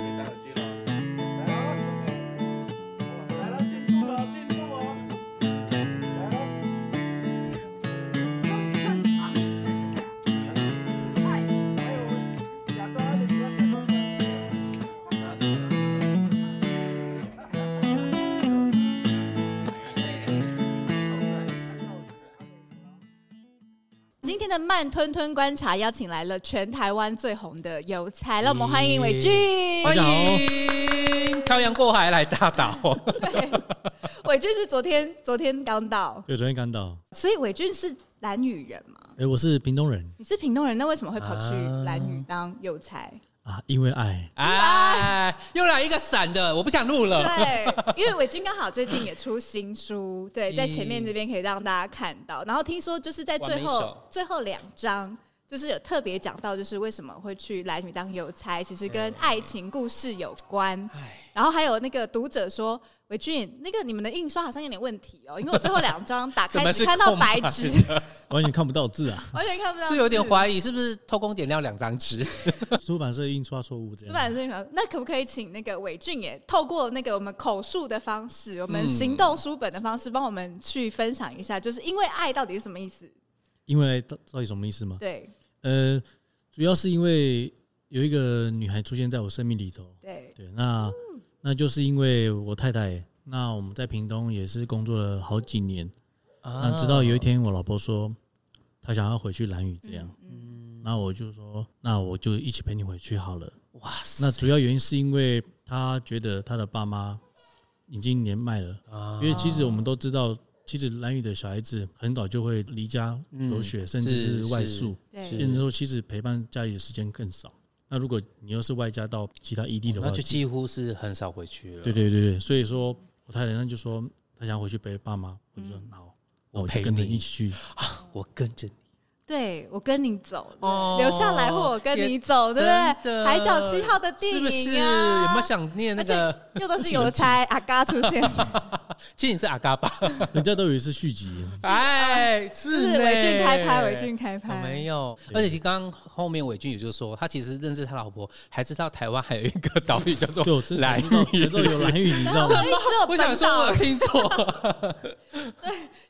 以戴耳机了。来了，进入了，进入了。来了。哎呦，假装的，假装的。今天的慢吞吞观察邀请来了全台湾最红的邮差，让我们欢迎伟俊。欢迎漂洋过海来大 岛，伟俊是昨天昨天刚到，对，昨天刚到。所以伟俊是蓝屿人嘛？哎、我是屏东人你是屏东人，那为什么会跑去啊蓝屿当邮差？啊，因为爱，哎，又来一个闪的，我不想录了。对，啊因为伟军刚好最近也出新书，对，在前面这边可以让大家看到。然后听说就是在最完美后手最后两章，就是有特别讲到，就是为什么会去蓝屿当邮嗯差，其实跟爱情故事有关。哎，然后还有那个读者说，伟俊，那个你们的印刷好像有点问题哦，因为我最后两章打什开么只是看到空白白纸，，完全看不到字啊 完全看不到字，是有点怀疑是不是偷工减料两张纸？出版社印刷错误出这样。版社有没有那可不可以请那个伟俊也透过那个我们口述的方式，我们嗯行动书本的方式，帮我们去分享一下，就是因为爱到底是什么意思？嗯因为到到底什么意思吗？对呃，主要是因为有一个女孩出现在我生命里头，对，对，那那就是因为我太太，那我们在屏东也是工作了好几年，啊啊那直到有一天我老婆说她想要回去兰屿这样，嗯，那我就说那我就一起陪你回去好了。哇塞，那主要原因是因为她觉得她的爸妈已经年迈了。啊因为其实我们都知道，其实蓝屿的小孩子很早就会离家求学，嗯甚至是是外宿，对是嗯变成说其实陪伴家里的时间更少。那如果你又是外加到其他异地的话，那就几乎是很少回去了。对对对对，所以说我太太那就说她想回去陪爸妈，我就说好，那嗯我我陪就你跟着一起去。我跟着你，对我跟你走，哦留下来或我跟你走，对真不对？的海角七号的电是不是？影有啊没有想念那个？又都是邮差阿嘎出 现，其实你是阿嘎吧？人家都以为是续集， 哎，就是是呢伟俊开拍，伟俊开我没拍，有，对而且其实刚刚后面伟俊也就说，他其实认识他老婆，还知道台湾还有一个岛屿叫做对，我真的蓝才知道，才屿知道有哎蓝屿，你知道所吗以？只有我想本说，岛我有听错，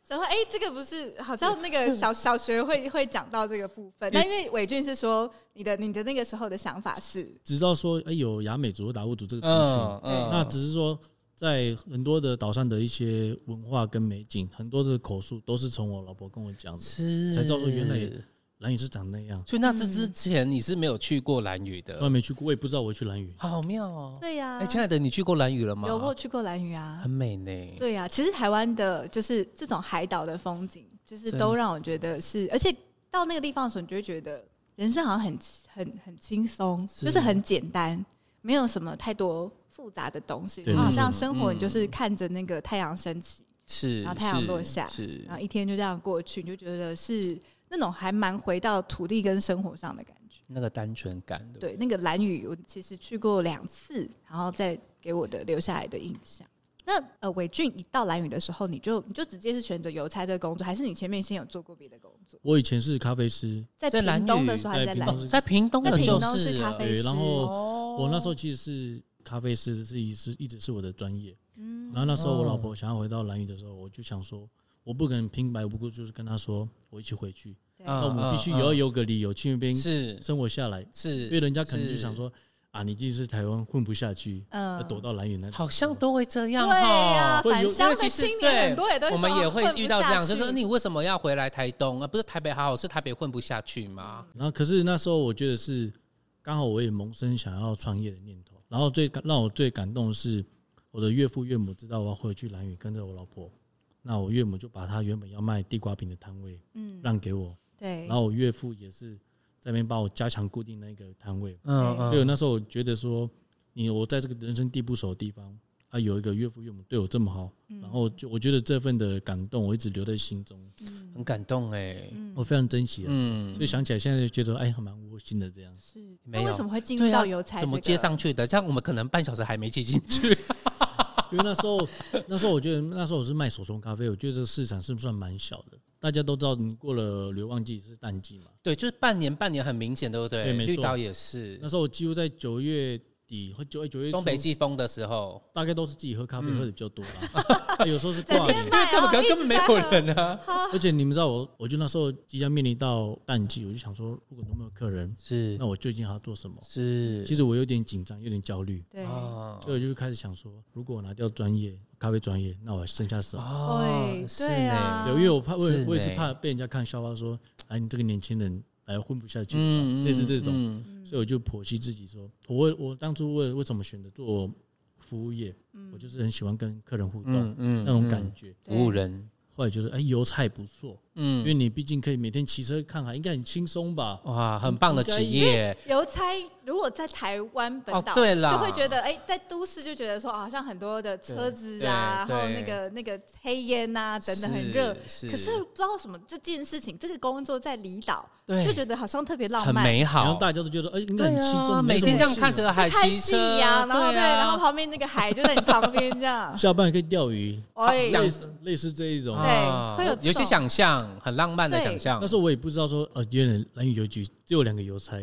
然后，哎、这个不是好像那个 小小学会会讲到这个部分，但因为伟俊是说你的你的那个时候的想法是，只知道说哎有雅美族、达悟族这个族群，嗯嗯那只是说，在很多的岛上的一些文化跟美景，很多的口述都是从我老婆跟我讲的。是才知道说原来蓝屿是长那样，所以那之之前你是没有去过蓝屿从来的，没去过，我也不知道我去蓝屿。好妙哦！对呀、哎，亲爱的，你去过蓝屿了吗？有我有去过兰屿啊很，美呢。对呀、其实台湾的就是这种海岛的风景，就是真都让我觉得是，而且到那个地方的时候，你就会觉得人生好像很很很轻松，是就是很简单，没有什么太多复杂的东西，对然后好嗯像生活嗯你就是看着那个太阳升起。是，然后太阳是落下啊是然后一天就这样过去，你就觉得是那种还蛮回到土地跟生活上的感觉。那个单纯感的。对，那个蓝屿我其实去过两次，然后再给我的留下来的印象。那呃，伟俊一到蓝屿的时候，你就你就直接是选择邮差这个工作，还是你前面先有做过别的工作？我以前是咖啡师，在在蓝屏东的屿时候还是在蓝屿在屏东？哦在屏东在的屏就东是是啊咖啡对，师然后哦我那时候其实是咖啡师，是一是一直是我的专业。嗯然后那时候哦我老婆想要回到蓝屿的时候，我就想说，我不可能平白无故就是跟她说我一起回去，对嗯那我们必须也要有个理由去那边是生活下来，是，因为人家可能就想说啊，你一定是台湾混不下去，要嗯躲到蓝屿那里。好像都会这样对啊呀、哈。会返有乡因为的其实青年很多也都我说们也啊会混不遇到这下样，就去说你为什么要回来台东啊？不是台北好好，是台北混不下去吗？然后可是那时候我觉得是刚好我也萌生想要创业的念头，然后最感让我最感动的是我的岳父岳母知道我要回去兰屿跟着我老婆，那我岳母就把她原本要卖地瓜饼的摊位嗯，让给我，对然，后我岳父也是在那边帮我加强固定那个摊位，对嗯所以我那时候我觉得说你我在这个人生地不熟的地方。啊，有一个岳父岳母对我这么好，嗯然后就我觉得这份的感动我一直留在心中，很感动哎，嗯我非常珍惜啊。嗯，所以想起来现在就觉得哎，还蛮窝心的这样。是没那为有什么会进对入啊到邮差、这怎个？么接上去的？这样我们可能半小时还没接进 去。因为那时候，那时候我觉得那时候我是卖手冲咖啡，我觉得这个市场是不算蛮小的。大家都知道，你过了流浪季是淡季嘛。对，就是半年半年很明显，对不对？对没错绿岛也是那，时候我几乎在九月底或九九月初东北季风的时候，大概都是自己喝咖啡喝的比较多啦，哎有时候是嗯整挂天脸。卖哎根哦，本根本没有人 啊。而且你们知道我，我就那时候即将面临到淡季，我就想说，如果都没有客人，是那我究竟还要做什么？是，其实我有点紧张，有点焦虑，对，啊所以我就开始想说，如果我拿掉专业咖啡专业，那我还剩下什么？哦，是对呢，啊对，因为我怕，我是也呢我也是怕被人家看笑话说，哎，你这个年轻人，哎，混不下去，类似这种。嗯所以我就剖析自己说，我为我当初为为什么选择做服务业，我就是很喜欢跟客人互动、嗯嗯那种感嗯觉。对服务人，后来觉得，哎，邮差不错，因为嗯，你毕竟可以每天骑车看海，应该很轻松吧？哇，很棒的职业，邮差如果在台湾本岛，哦对啦就会觉得哎、在都市就觉得说啊好像很多的车子啊，然对后对那个那个黑烟啊等等很是热。是可是不知道为什么这件事情，这个工作在离岛对就觉得好像特别浪很漫，美然好，后大家都觉得，哎，应该对很轻松，啊，没每什天么这样事，看着海就开骑戏车呀、然后对，对啊然后旁边那个海就在你旁边这样 啊下班也可以钓鱼，哎这样类似类似这一种。啊会有这种哦有些想象，很浪漫的对想象那。时候我也不知道说，呃，原来蓝屿邮局只有两个邮 差，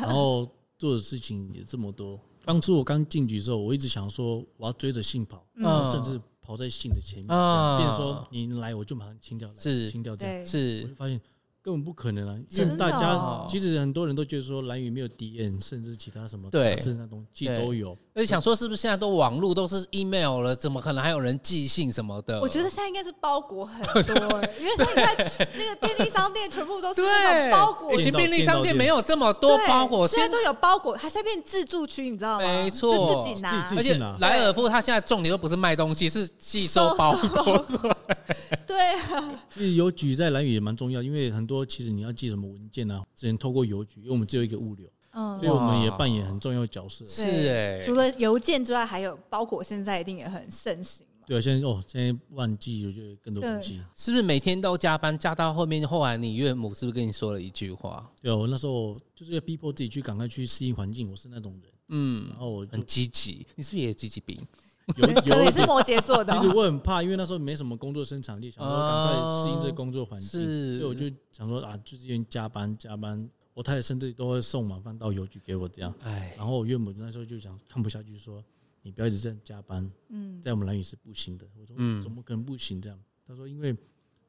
然后做的事情也这么多。当初我刚进局的时候，我一直想说我要追着信跑，嗯然后甚至跑在信的前面，啊变成说你来我就马上清掉，来是清掉这样。对，我是就发现根本不可能啊，因真为的大哦家其实很多人都觉得说蓝屿没有 DN，甚至其他什么对杂志那东西都有。而且想说，是不是现在都网络都是 email 了，怎么可能还有人寄信什么的？我觉得现在应该是包裹很多、哎因为现在那个便利商店全部都是那 对种包裹以前便利商店没有这么多对包裹，现在现在都有包裹，它现在变自助区，你知道吗？没错就自己拿自己而且去拿莱尔夫他现在重点都不是卖东西，是寄收包 裹。裹。对啊，其实邮局在蓝屿也蛮重要，因为很多其实你要寄什么文件啊，只能透过邮局，因为我们只有一个物流，所以嗯，我们也扮演很重要的角色。是哎、对除了邮件之外，还有包裹，现在一定也很盛行嘛。对啊，现在哦，现在旺季我觉得更多东西。是不是每天都加班，加到后面，后来你岳母是不是跟你说了一句话？对啊，我那时候就是要逼迫自己去赶快去适应环境，我是那种人，嗯然，后我就很积极。你是不是也有积极病？可有能有也一是点。摩羯座的其实哦，我很怕，因为那时候没什么工作生产力，想说赶快适应这个工作环境，哦是所以我就想说啊，就是因为加班加班，我太太甚至都会送晚饭到邮局给我这样。哎，然后我岳母那时候就想看不下去，说你不要一直这样加班，嗯，在我们蓝屿是不行的。我说嗯怎么可能不行这样？他说因为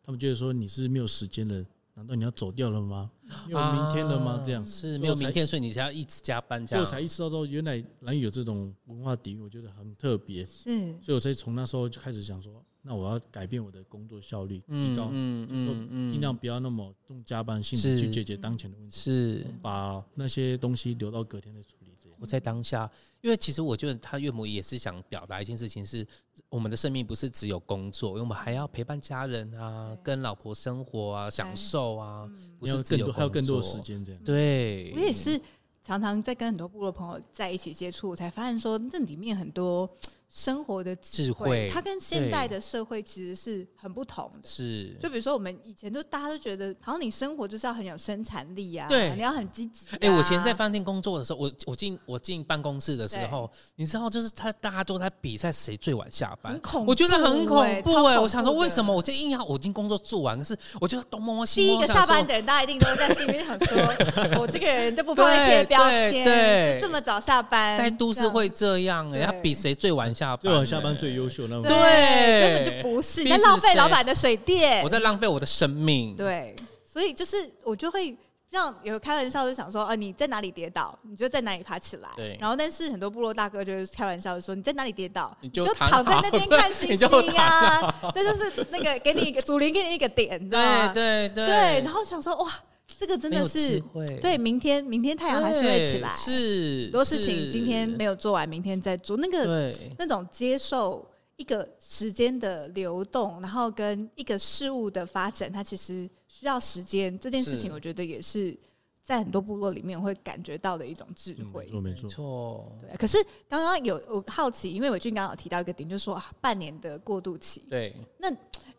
他们觉得说你是没有时间了，难道你要走掉了吗？没有明天了吗？这样啊所以是我没有才明天，所以你才要一直加班这所以样我。才意识到说原来蓝屿有这种文化底蕴，我觉得很特别，是所以我才从那时候就开始想说，那我要改变我的工作效率，提高，嗯就说尽量不要那么用加班性质是去解决当前的问题，是把那些东西留到隔天再处理。这样我在当下，因为其实我觉得他岳母也是想表达一件事情是，我们的生命不是只有工作，因为我们还要陪伴家人啊，跟老婆生活啊，享受啊，不你要是只更有多，还有更多的工作时。间这样。对，嗯我也是常常在跟很多部落朋友在一起接触，我才发现说这里面很多生活的智智慧它跟现在的社会其实是很不同的。是，就比如说，我们以前都大家都觉得，好像你生活就是要很有生产力啊，对你要很积极、啊。哎、我以前在饭店工作的时候，我我进我进办公室的时对候，你知道，就是他大家都在比赛谁最晚下班很，恐怖欸，我觉得很恐怖超哎、恐我想说的为什么我就硬要我已经工作做完，可是我就东摸摸西第摸，一个想下说班的人，大家一定都会在心里面 想说，哦我这个人都不放在贴标对签，对对就这么早下班，在都市会这样哎、对他比谁最晚下班、最晚下哎班最优秀那这种样。对对，根本就不是，你在逼死浪费谁老板的水电我，在浪费我的生命。，对，所以就是我就会让有开玩笑就想说，啊，你在哪里跌倒，你就在哪里爬起来，对然后但是很多部落大哥就会开玩笑说，你在哪里跌倒，你就就躺躺在好那边看你星就星 啊，那就是那个给你一个祖灵给你一个点，你知道吗对对对对，然后想说哇，这个真没的有智是。慧对，明天明天太阳还是会起来，对是很多事情今天没有有做完，明天再做。那个对那种接受一个时间的流动，然后跟一个事物的发展，它其实需要时间。这件事情，是我觉得也是在很多部落里面会感觉到的一种智嗯慧没。错没没错，错，对，可是刚刚有我好奇，因为伟俊刚刚有提到一个点，就是说、啊、半年的过渡期，对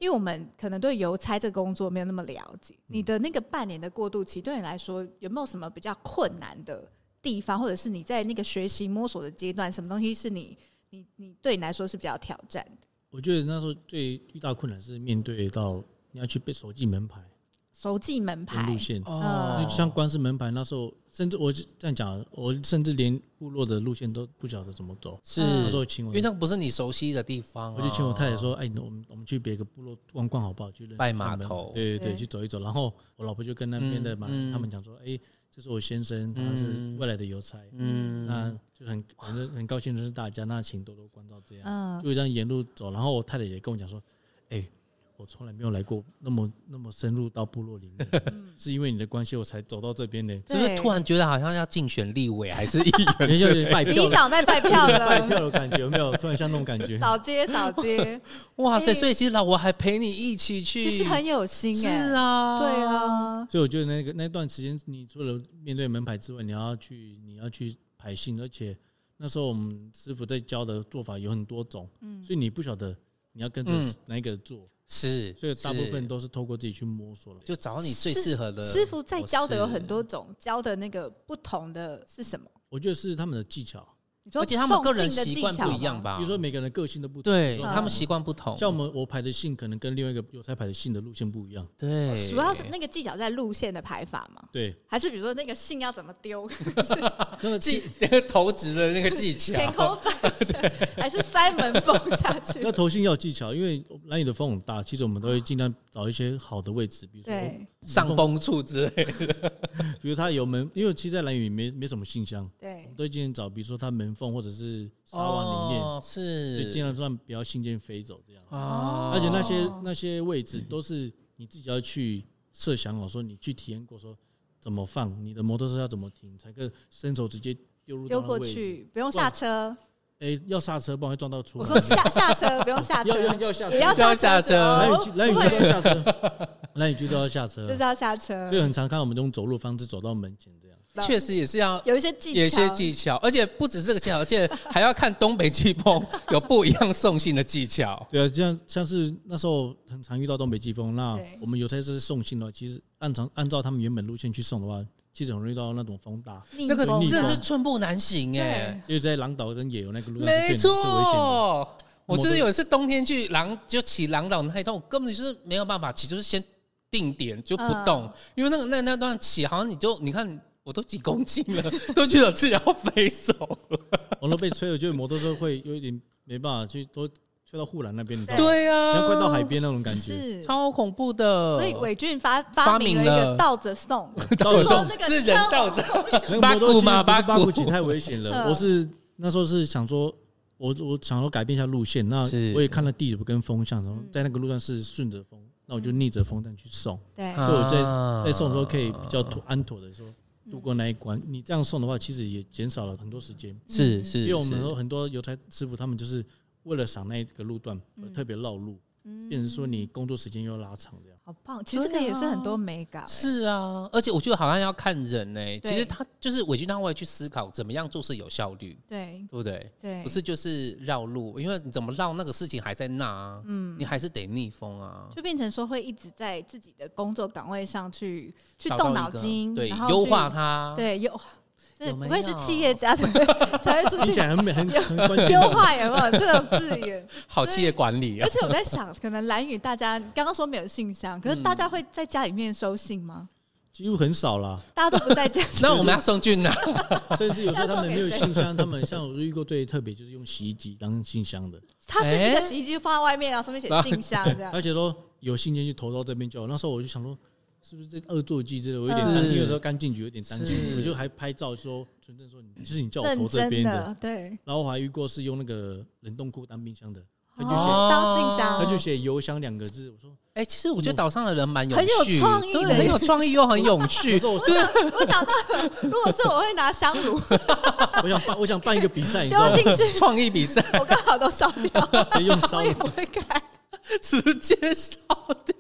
因为我们可能对邮差这个工作没有那么了解。嗯你的那个半年的过渡期，对你来说有没有什么比较困难的地方，或者是你在那个学习摸索的阶段，什么东西是你你你对你来说是比较挑战的？我觉得那时候最遇到困难是面对到你要去背熟记门牌熟记门跟牌路，线，哦就像光是门牌那时候，甚至我这样讲，我甚至连部落的路线都不晓得怎么走。是，嗯那时候请因我为，那个不是你熟悉的地方、啊，我就请我太太说：“哎，我们我们去别个部落逛逛好不好？去认识拜他码们头对对对对，去走一走。”然后我老婆就跟那边的马嗯人嗯他们讲说：“哎，这是我先生，他是未来的邮差。”嗯，那就很反正很高兴认识大家，那请多多关照这样。嗯，就这样沿路走，然后我太太也跟我讲说：“哎、我从来没有来过那么那么深入到部落里面，是因为你的关系我才走到这边的。只是对突然觉得好像要竞选立委还是议 感觉员有之类点拜票里 了，长在拜票拜 了，票的感觉有没有？突然像那种感觉。扫街扫街，哇塞！哎所以其实老我还陪你一起去，其实很有心是哎、啊，对，啊，所以我觉得那个那段时间，你除了面对门牌之外，你要去你要去排信，而且那时候我们师傅在教的做法有很多种，嗯，所以你不晓得你要跟着嗯哪一个做，是，所以大部分是都是透过自己去摸索了。就找你最适合的师傅在教的有很模多种，教的那个不同的是什么？我觉得是他们的技巧，你式，说而且他们个送人信的习技惯巧不一样吗？吧？比如说每个人的个性都不同对比如说他们习惯不同，像我们我排的信可能跟另外一个邮差排的信的路线不一样。对，主要是那个技巧在路线的排法吗？对，还是比如说那个信要怎么 丢，那么技 那个投掷的那个技巧，前空翻身， 还是塞门缝下 去？那投信要有技巧，因为蓝雨的风很大，其实我们都会尽量找一些好的位置，比如说，对上风处之类的，比如它有门，因为其实在蓝雨没没什么信箱，我对们，都会尽量找，比如说它门缝或者是沙网里面，哦就是尽量让不要信件飞走这样。哦而且那些那些位置都是你自己要去设想好，说你去体验过，说怎么放你的摩托车要怎么停，才可以伸手直接丢入到丢那过位置。去不用下车。哎、要刹车，不然会撞到出。我说下下车不用下车要，要要下车也，要要下下车蓝哦雨区蓝雨区都要下车，蓝雨区都要下车， 就是要下车所。以很常看到我们用走路方式走到门前这样。确实也是要有一些技巧，有一些技巧，而且不只是这个技巧，而且还要看东北季 风有不一样送信的技巧。对啊，这样像是那时候很常遇到东北季风，那对我们邮差是送信的话，其实按常按照他们原本路线去送的话，其实很容易遇到那种风大，逆那个风真的是寸步难行哎、因为在狼岛跟野游那个路上是没最最危险的。错。我就是有一次冬天去狼，就骑狼岛那一段，我根本就是没有办法骑，就是先定点就不嗯动，因为那个那那段骑，好像你就你看我都几公斤了， 都觉得自己要飞 走了。网络被吹了，就是摩托车会有一点没办法去，都吹到护栏那边，你知道吗？对啊，要快到海，边那种感觉。是，超恐怖的。所以伟俊发发发明明了一个了倒着送， 到就时是候说那个是人倒啊着那个摩托八股嘛车不是八八股股曲太危险了。嗯我是那时候是想说，我我想说改变一下路线，那是我也看了地图跟风向，然后嗯在那个路段是顺着风，那我就逆着风这样去送，对，所以我在啊在送的时候可以比较妥安妥的说嗯度过那一关。你这样送的话，其实也减少了很多时间，是是，因为我们是有很多邮差师傅他们就是为了赏那一个路段，嗯而特别绕路，变成说你工作时间又拉长这样。好棒！其实这个也是很多美感，是啊，而且我觉得好像要看人呢、对其实他就是委军他会去思考怎么样做事有效率，对对不对？对，不是就是绕路，因为你怎么绕那个事情还在那啊，嗯你还是得逆风啊，就变成说会一直在自己的工作岗位上去去找动到脑一个筋，对，然后优去化它，，对优，这有没不愧是有企业家才会才会出听起现来很美很很关键 优。化有没有这种字 眼？好企业管理啊而，且我在想，可能蓝宇大家刚刚说没有信箱，可是大家会在家里面收信吗？嗯几乎很少啦，大家都不在 家， 那我们要送俊啊呢、 甚至有时候他们没有要信箱，他们像我遇过最特别就是用洗衣机当信箱的，它是一哎个洗衣机放在外面，然后上面写信箱这样而。且说有信件就投到这边就好。那时候我就想说，是不是这恶作剧之类的？我有点嗯担心，因为有时候刚进去有点担是心，我就还拍照说，纯正说你，就是你叫我认投这真边的。的，对，然后我还遇过是用那个冷冻库当冰箱的，他就写哦当信箱，他就写邮箱两个字，我说 哎、其实我觉得岛上的人蛮有很有趣创意对的很有创意又很有 趣，对，我想到，如果是我会拿香炉我想 办我想办一个比赛，你知道丢吗？进去，创意比赛我刚好都烧 掉，谁用烧我的也不会改。直接烧 掉，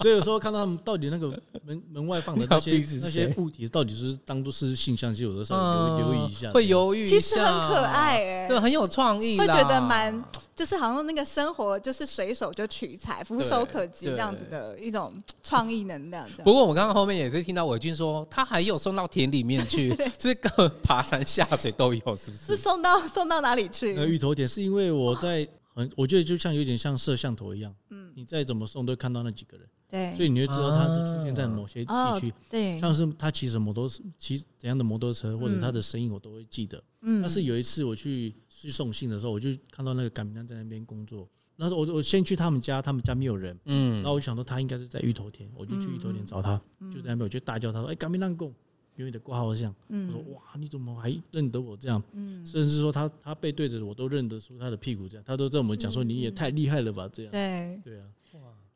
所以有时候看到他们到底那个门门外放的 那你些要逼死那些谁物体，到底是当做是信箱，其实有的时候留留意一下，嗯会犹豫一下，其实很可爱哎、对，很有创意啦，会觉得蛮就是好像那个生活就是随手就取材，俯手可及对这样子的一种创意能量，这样不过我刚刚后面也是听到伟俊说，他还有送到田里面 去，是个爬山下水都有，是不是是？送到送到哪里那去？芋头田是因为我在很，我觉得就像有点像摄像头一样，嗯，你再怎么送都会看到那几个人，对，所以你会知道他的出现在某些地哦区，，对，像是他骑什么都是骑怎样的摩托车或者他的身影我都会记得。嗯但是有一次我去去送信的时候，我就看到那个赶明站在那边工作，那时候我我先去他们家，他们家没有人，嗯然，后我想说他应该是在芋头田，我就去芋头田嗯找他，就在那边我就大叫他说：“哎，赶明站工。”因为你的挂号像，嗯我说哇，你怎么还认得我这样？甚至说他他背对着我都认得出他的屁股这样，他都在我们讲说你也太厉害了吧这样。对，对啊，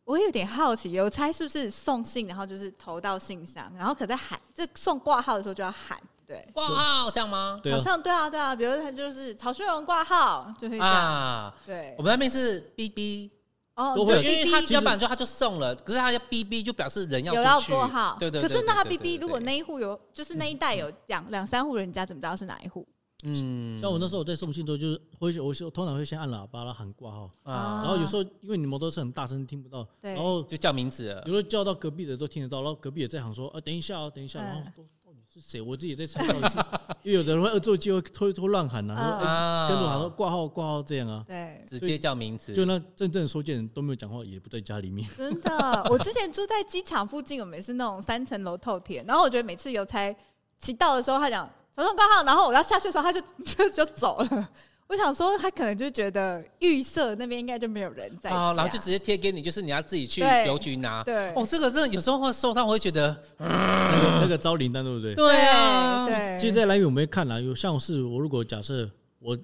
我有点好奇，邮差是不是送信，然后就是投到信箱，然后可在喊，这送挂号的时候就要喊，对，挂号这样吗？对好啊，像对啊对啊，比如他就是曹轩荣挂号就会这样，啊，对我，们那边是 BB，哦，都就对，会有因为 BB 他要不然就他就送了，可是他要 BB 就表示人要有要出去拨号，对对。可是那他对对 BB 对如果对那一户有，就是那一带有两两三户人家，怎么知道是哪一户？嗯，像我那时候我在送信之后，就是会我我通常会先按喇叭，然后喊挂号，啊然后有时候因为你摩托车很大声听不到，对然后就叫名字了有时候叫到隔壁的都听得到，然后隔壁也在喊说啊等一下哦，等一下，嗯然后都到底是谁，我自己也在猜到底是，因为有的人会恶作剧会偷偷乱喊呐、嗯啊，说哎啊跟着喊说挂号挂号这样啊，对，直接叫名字，就那真正的收件人都没有讲话，也不在家里面， 真的，我之前住在机场附近，我们也是那种三层楼透天，然后我觉得每次邮差骑到的时候，他讲早上挂号，然后我要下去的时候，他就就就走了。我想说，他可能就觉得预设那边应该就没有人在家，啊，然后就直接贴给你，就是你要自己去对邮局拿。对哦，这个真的有时候会收到，我会觉得，那个招领单对不对？对对啊，对，其实，在来源我们会看啦，有像是我如果假设我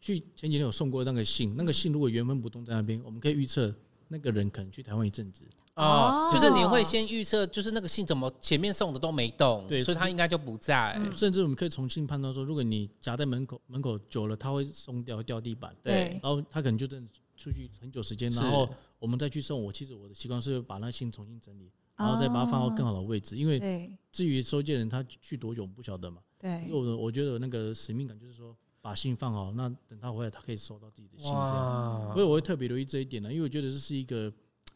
去前几天有送过那个信，那个信如果原封不动在那边，我们可以预测那个人可能去台湾一阵子。哦哦，就是你会先预测，就是那个信怎么前面送的都没动，对所以他应该就不在。嗯甚至我们可以重新判断说，如果你夹在门口门口久了，它会松掉掉地板，对然后它可能就真的出去很久时间，是然后我们再去送我。其实我的习惯是把那信重新整理，哦然后再把它放到更好的位置，因为对至于收件人他去多久我们不晓得嘛。可是对，我的我觉得那个使命感就是说，把信放好，那等他回来，他可以收到自己的信这样。哇所以，我会特别留意这一点啊呢，因为我觉得这是一个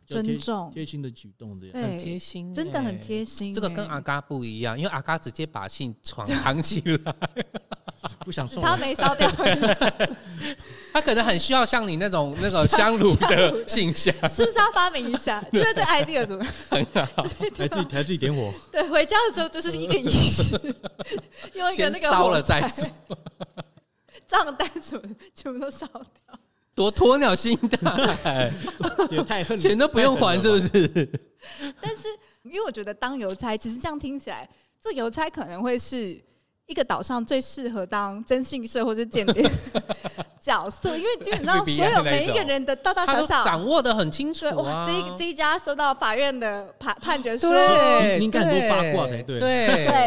比较贴尊重，贴心的举动，这样。很对贴，心欸，真的很贴心欸。这个跟阿嘎不一样，因为阿嘎直接把信床藏起来，不想送超没烧 掉，他可能很需要像你那种那 种香炉香炉的信箱，是不是要发明一下？就是这个 idea 怎么？还自己还自己点 火，对，回家的时候就是一个仪 式，用一个 先那个烧火了再柴说， 账单什么全部都烧掉。多鸵鸟心 态，也太恨了，钱都不用还，是不是？是？但是因为我觉得当邮差，其实这样听起来，这邮差可能会是一个岛上最适合当征信社或者间 谍角色，因为基本 上所 FBI 有每一那个种人的大大他小都小。掌握的很清楚对，哇，啊这。一这一家收到法院的判判决书，对，应该很多对八卦才对对，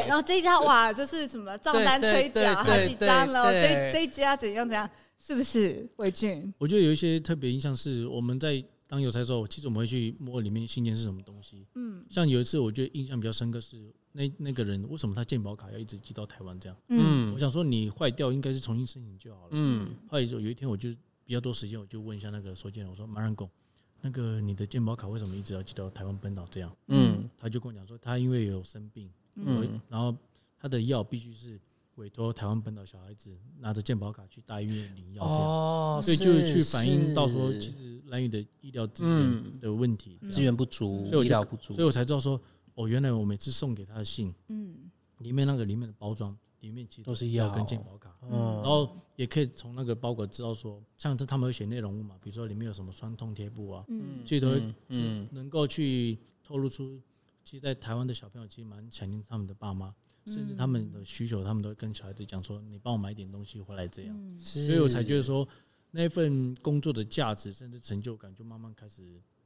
然后这一家哇，就是什么账单对催对缴，好对几张了，对这对这一家怎样怎样，是不是？伟俊，我觉得有一些特别印象是，我们在当邮差的时候，其实我们会去摸里面信件是什么东西。嗯像有一次，我觉得印象比较深刻是那那个人为什么他健保卡要一直寄到台湾这样？嗯我想说你坏掉应该是重新申请就好了。嗯后来有一天我就比较多时间，我就问一下那个收件人，我说马上公，那个你的健保卡为什么一直要寄到台湾本岛这样？嗯他就跟我讲说，他因为有生病，嗯，然后他的药必须是委托台湾本岛小孩子拿着健保卡去大医院领药这样。哦所以就去反映到说，是其是实蓝宇的医疗资嗯源的问题，这样资源不足，所以我就医疗不足，所以我才知道说，哦，原来我每次送给他的信嗯，里面那个里面的包装里面其实都是药药跟健保卡，然哦，后也可以从那个包裹知道说，像这他们会写内容物嘛，比如说里面有什么酸痛贴布啊，嗯所以都会嗯，能够去透露出，其实，在台湾的小朋友其实蛮想念他们的爸妈，甚嗯至他们的需求，他们都会跟小孩子讲说，你帮我买点东西回来这样。嗯所所以我才觉得说那份工作的价值甚至成就感就慢慢开始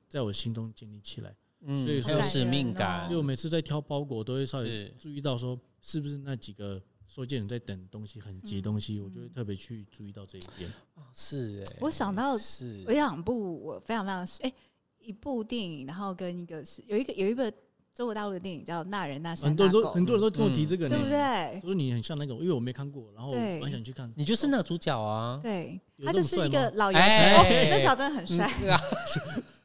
在我心中建立起来。嗯，所以很有说使命感哦所以，我每次在挑包裹，都会稍微是注意到说是不是那几个收件人在等东西很嗯急东西，我就会特别去注意到这一点。是哎，我想到是有两部我非常非常喜哎、一部电影，然后跟一个是有一个有一个中国大陆的电影叫《那人那山很那多人狗嗯都》，很多人都跟我提这个呢对，不对？都说你很像那个，因为我没看过，然后我对蛮想去看。你就是那个主角啊，对，有他这就么是帅一个吗老油哎菜，哦那小真的很帅，嗯啊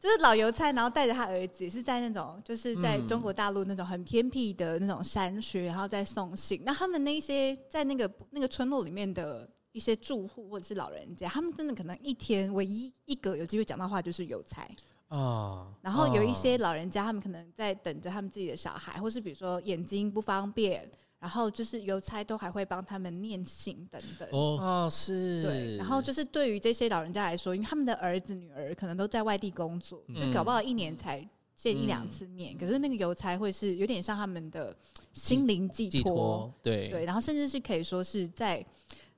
就是老油菜，然后带着他儿子，也是在那种就是在中国大陆那种很偏僻的那种山区，然后再送信。那他们那一些在那个那个村落里面的一些住户或者是老人家，他们真的可能一天唯一一个有机会讲到话就是邮差。啊，然后有一些老人家，他们可能在等着他们自己的小孩，或是比如说眼睛不方便，然后就是邮差都还会帮他们念信等等。哦，哦是，对，然后就是对于这些老人家来说，因为他们的儿子女儿可能都在外地工作，嗯就搞不好一年才见一两嗯次面。可是那个邮差会是有点像他们的心灵寄寄托，托对对，然后甚至是可以说是在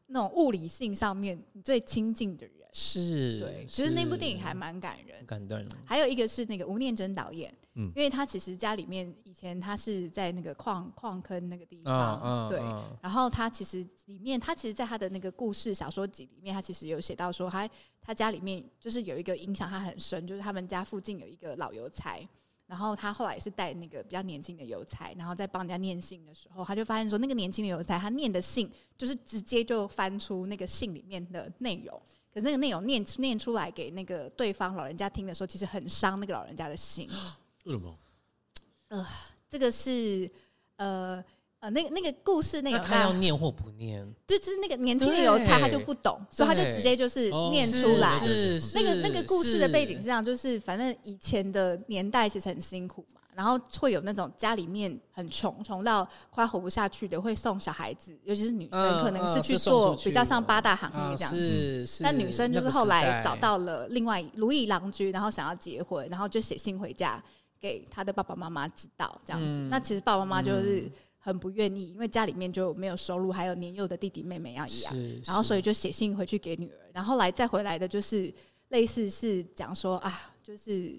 那种物理性上面你最亲近的人。是，嗯对，其实那部电影还蛮蛮感人的。感动的，还有一个是那个吴念真导演，嗯因为他其实家里面以前他是在那个矿矿坑那个地方，对。啊然后他其实里面，他其实在他的那个故事小说集里面，他其实有写到说他，他家里面就是有一个影响他很深，就是他们家附近有一个老邮差，然后他后来是带那个比较年轻的邮差，然后在帮人家念信的时候，他就发现说那个年轻的邮差他念的信就是直接就翻出那个信里面的内容，可是那个内容念念出来给那个对方老人家听的时候，其实很伤那个老人家的心。为什么？这个是呃呃，那个那个故事内那容他要让念或不念，就就是那个年轻的邮差他就不懂，所以他就直接就是念是出来。是那个那个故事的背景是是这样，就是反正以前的年代其实很辛苦嘛，然后会有那种家里面很穷，穷到快活不下去的，会送小孩子，尤其是女生，嗯可能嗯是去是送出做去比较像八大行啊业这样。嗯是是，但女生就是后来找那个时代到了另外如意郎君，然后想要结婚，然后就写信回家给她的爸爸妈妈知道这样子。嗯那其实爸爸妈妈就是很不愿意，因为家里面就没有收入，还有年幼的弟弟妹妹要养，是，啊然后所以以就写信回去给女儿。然后后来再回来的就是类似是讲说啊，就是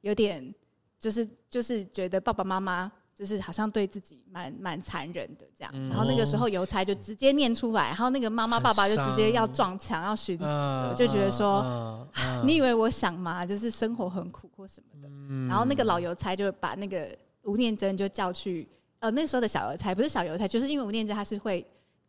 有点就是就是觉得爸爸妈妈。就是好像对自己蛮蛮残忍的这样，嗯然后那个时候邮差就直接念出来，然后那个妈妈很爸爸就直接要伤撞墙要寻死我就觉得说你以有为我想嘛，就是生活很苦或什么的。嗯然后那个老邮差就把那个吴念真就叫去，呃，那时候的小邮差不是小邮差，就是因为吴念真他是会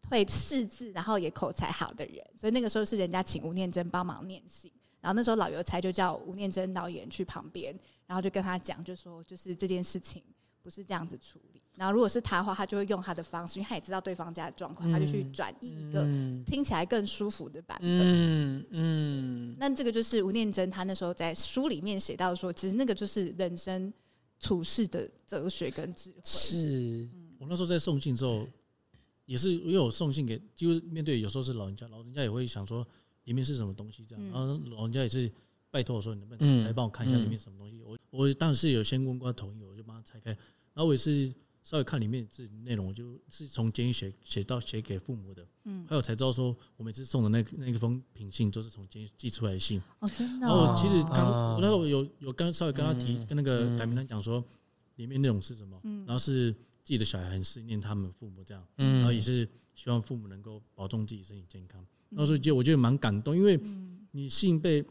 会识字，然后也口才好的人，所以那个时候是人家请吴念真帮忙念信。然后那时候老邮差就叫吴念真导演去旁边，然后就跟他讲，就说就是这件事情不是这样子处理。然后如果是他的话，他就会用他的方式，因为他也知道对方家的状况，他就去嗯转译一个嗯听起来更舒服的版本。嗯嗯那这个就是吴念真他那时候在书里面写到说，其实那个就是人生处世的哲学跟智慧。是我那时候在送信之后，也是因为我送信给，就是面对有时候是老人家，老人家也会想说里面是什么东西这样，嗯然后老人家也是拜托我说你能不嗯能来帮我看一下里面什么东西。我我当时有先问过他同意，我就帮他拆开，然后我也是稍微看里面字内容，我就是从监狱写写到写给父母的，嗯，还有才知道说我每次送的那个那个封平信都是从监狱寄出来的信。哦，真的然哦、后我其实刚，哦我那时候有有刚稍微跟他提嗯，跟那个嗯改名人讲说，里面内容是什么，嗯然后是自己的小孩很思念他们父母这样，嗯，然后也是希望父母能够保重自己身体健康。那时候就我觉得蛮感动，因为嗯你信被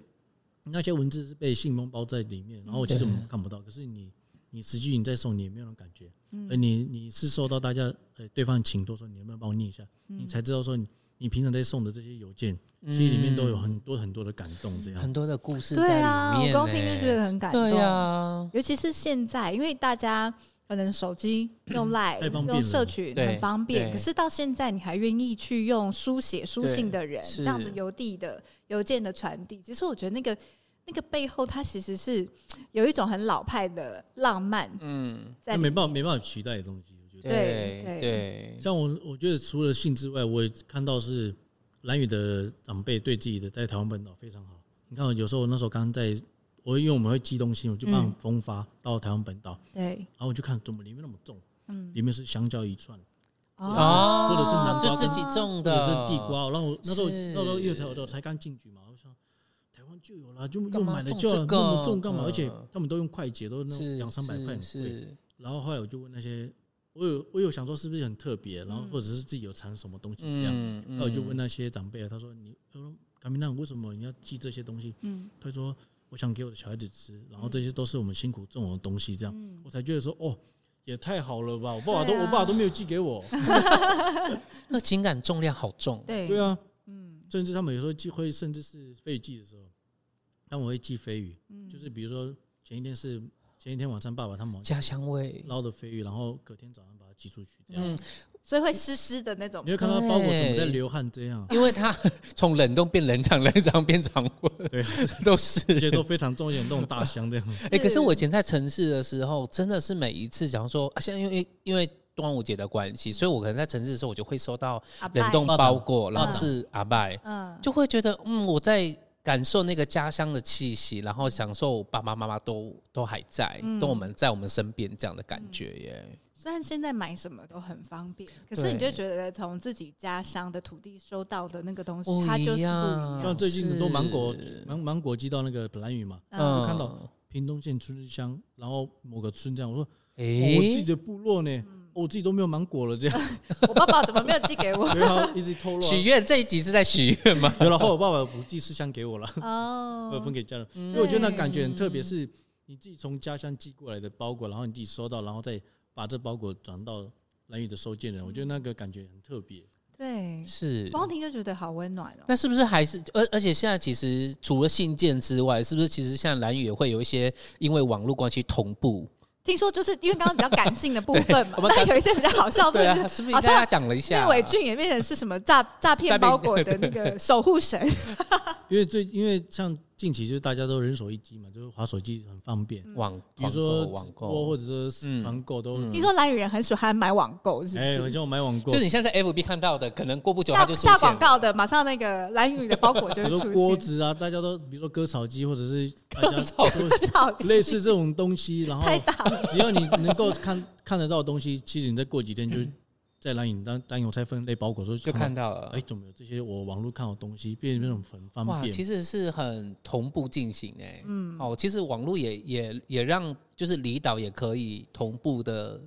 那些文字是被信封包在里面，然后其实我们看不到，可是你你实际你在送，你也没有那种感觉，而嗯，你你是受到大家呃对方请托说你能不能帮我念一下，你嗯才知道说你你平常在送的这些邮件，嗯其实里面都有很多很多的感动这样。很多的故事对啊，在里我面，光听就觉得很感动。对啊，尤其是现在，因为大家可能手机用 Line 太方便了用社群对很方便，对可是到现在你还愿意去用书写书信的人，是这样子邮递的邮件的传递，其实我觉得那个那个背后，它其实是有一种很老派的浪漫嗯，在里没面。办法没办法取代的东西，我觉得。对对对，像我，我觉得除了性之外，我也看到是蓝宇的长辈对自己的在台湾本岛非常好。你看，有时候我那时候刚在，我因为我们会寄东西，我就帮嗯风发到台湾本岛，对，然后我就看怎么里面那么重，嗯，里面是香蕉一串，哦或者是南瓜就跟自己种有的哦的地瓜。然后我那时候是那时候又才我才刚进局嘛，我想台湾就有啦，就干又嘛买了种就这有个那么重干嘛？嗯而且他们都用快捷，都那种是两三百块很贵。是然后后来我就问那些，我有我有想说是不是很特别，嗯然后或者是自己有藏什么东西这样。嗯，然后我就问那些长辈啊，他说你，他说卡米娜为什么你要寄这些东西？嗯他说我想给我的小孩子吃，然后这些都是我们辛苦种的东西，这样、嗯我才觉得说哦，也太好了吧！我爸爸都、对啊我爸爸都没有寄给我，那情感重量好重，对对，啊，嗯甚至他们有时候寄会，甚至是飞寄的时候，他们会寄飞鱼，嗯就是比如说前一天是前一天晚上爸爸他们家乡味，捞的飞鱼，然后隔天早上把它寄出去，这样、嗯，所以会湿湿的那种你。会看到包裹怎么在流汗这样， 因为它 从冷冻变冷藏，冷藏变常温，对， 都是而且都非常重一点，那种大箱这样。 哎、可是我以前在城市的时候，真的是每一次，假如说，啊现在因为因为端午节的关系，所以我可能在城市的时候，我就会收到阿伯冷冻拜包裹，然后嗯是阿拜，嗯，就会觉得嗯，我在感受那个家乡的气息，然后享受爸爸妈妈都都还在，嗯都我们在我们身边这样的感觉耶。虽然现在买什么都很方便，可是你就对觉得从自己家乡的土地收到的那个东西不，它就是不一一样样。像最近很多芒果是芒芒果寄到那个本兰屿嘛，嗯我看到屏东县春日乡，然后某个村这样，我说、哦我自己诶，的部落呢，哦我自己都没有芒果了 这样，嗯我爸爸怎么没有寄给 我？所以他一直透露、啊许。愿这一集是在许愿吗？ 有了，后来我爸爸不寄思乡给我了，嗯我分哦，给家人，因因为我觉得那感觉很特别，是你自己从家乡寄过来的包裹，然后你自己收到，然后再把这包裹转到蓝宇的收件人，我觉得那个感觉很特别。对，是光听就觉得好温暖哦。那是不是还是而而且现在其实除了信件之外，是不是其实像蓝宇也会有一些因为网络关系同步？听说就是因为刚刚比较感性的部分嘛，对我们那刚有一些比较好笑的对部分啊，就是不是哦好大像家讲了一下聂伟俊也变成是什么诈诈骗包裹的那个守护神，因为最因为像近期就是大家都人手一机嘛，就是划手机很方便，网比如说网直播购或者说是嗯团购都。嗯听说蓝雨人很喜欢买网购，是不哎，我是？就买网购就，你现在在 FB 看到的，可能过不久它下就出下现广了。告的，马上那个蓝雨的包裹就比会如说出锅现。子啊，大家都比如说割草机或者是大家草都超 类似这种东西，然后太大了，只要你能够看 看得到的东西，其实你再过几天就在蓝影当当邮差分类包裹的时候嗯就看到了到，哎，，怎么有这些我网络看到的东西，变成那种很方哇，便。其实是很同步进行哎、嗯，哦，其实网络也也也让就是离岛也可以同步的，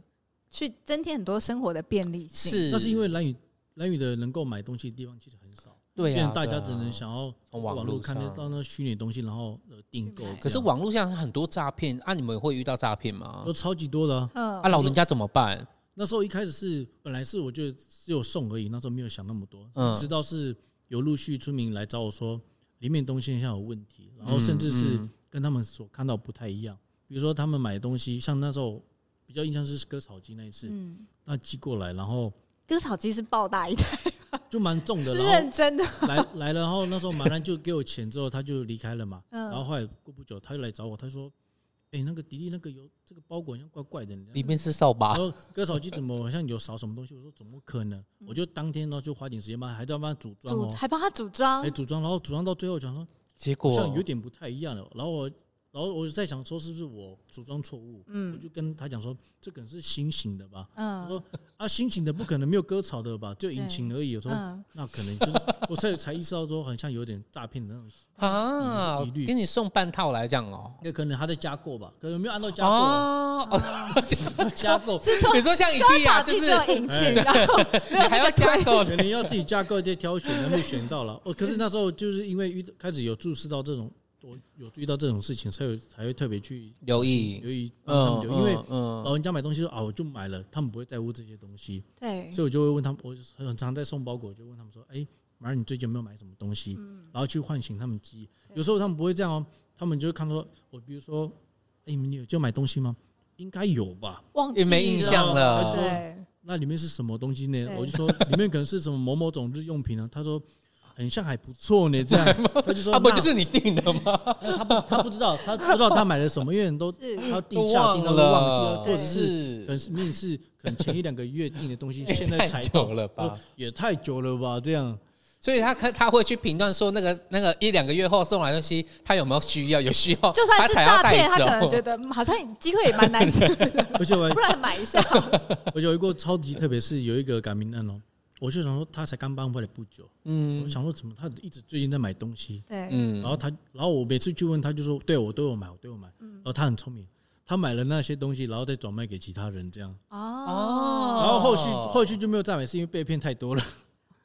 去增添很多生活的便利性。是那是因为蓝宇蓝宇的能够买东西的地方其实很少，对变啊成，大对家啊只能想要从网网络络看上哎得到那虚拟的东西，然后呃订购去买。可是这样网络上很多诈骗，啊，你们会遇到诈骗吗都？超级多的啊！嗯啊，老人家怎么办？那时候一开始是本来是我觉得只有送而已，那时候没有想那么多，嗯直到是有陆续村民来找我说里面东西像有问题，然后甚至是嗯跟他们所看到不太一样。比如说他们买的东西，像那时候比较印象是割草机那一次，嗯，那寄过来，然后割草机是爆大一台，就蛮重的，是然认后真的。来来了，然后那时候马兰就给我钱之后，他就离开了嘛。然后嗯，后来过不久，他又来找我，他说：“哎、那个迪丽那个有这个包裹好像怪怪的，你里面是扫把然，后割草机怎么好像有少什么东西？我说怎么可能？我就当天呢就花点时间帮他，还在帮他组嗯装组哦，还帮他组装哎，组装，然后组装到最后讲说结好果像有点不太一样了。然后我，然后我就在想说是不是我组装错误？我嗯就跟他讲说这可能是新型的吧？我嗯说啊，新型的不可能没有割草的吧？就引擎而已。我说嗯，那可能就是我才才意识到说好像有点诈骗的那种，啊疑虑，给你送半套来讲哦。也可能他在加购吧，可能没有按照加购啊哦，哦 加购。是说你说像割 IKEA 草就机只是有引擎，然 后没你有那还要个加推购可能要自己架构再挑选，然后选到了。哦，可是那时候就是因为遇到开始有注视到这种，我有注意到这种事情，才有才会特别去留意，留意嗯帮他，们留意，因为嗯嗯，老人家买东西说啊，我就买了，他们不会在乎这些东西，对所以我就会问他们，我很常在送包裹，我就问他们说，哎，马儿你最近有没有买什么东西？嗯然后去唤醒他们记忆。有时候他们不会这样哦，他们就会看说，我比如说，哎，你有就买东西吗？应该有吧。忘记也没印象他了。就说对，那里面是什么东西呢对？我就 说里面可能是什么某某种日用品啊。他说很像还不错呢，这样他就说啊，不那呃就是你定的吗？ 他不他不知道他不知道他买了什么，因为人都是他都定价定到都忘记了，忘或对者是是可能是面试可能前一两个月定的东西，也现在太才久到，了就吧？也太久了吧？这样所以他看他会去评断说那个那个一两个月后送来的东西，他有没有需要？有需要，就算是才要诈带骗，他可走能觉得嗯好像机会也蛮难 得，而且 我还不然买一下。我有一个超级特别是有一个改名案哦，我就想说他才刚搬回来不久，我嗯想说怎么他一直最近在买东西，对，嗯，然后他，然后我每次去问他，就说对我都有买，我都有买。然后他很聪明，他买了那些东西，然后再转卖给其他人，这样。哦哦然后后续后续就没有再买，是因为被骗 太多了。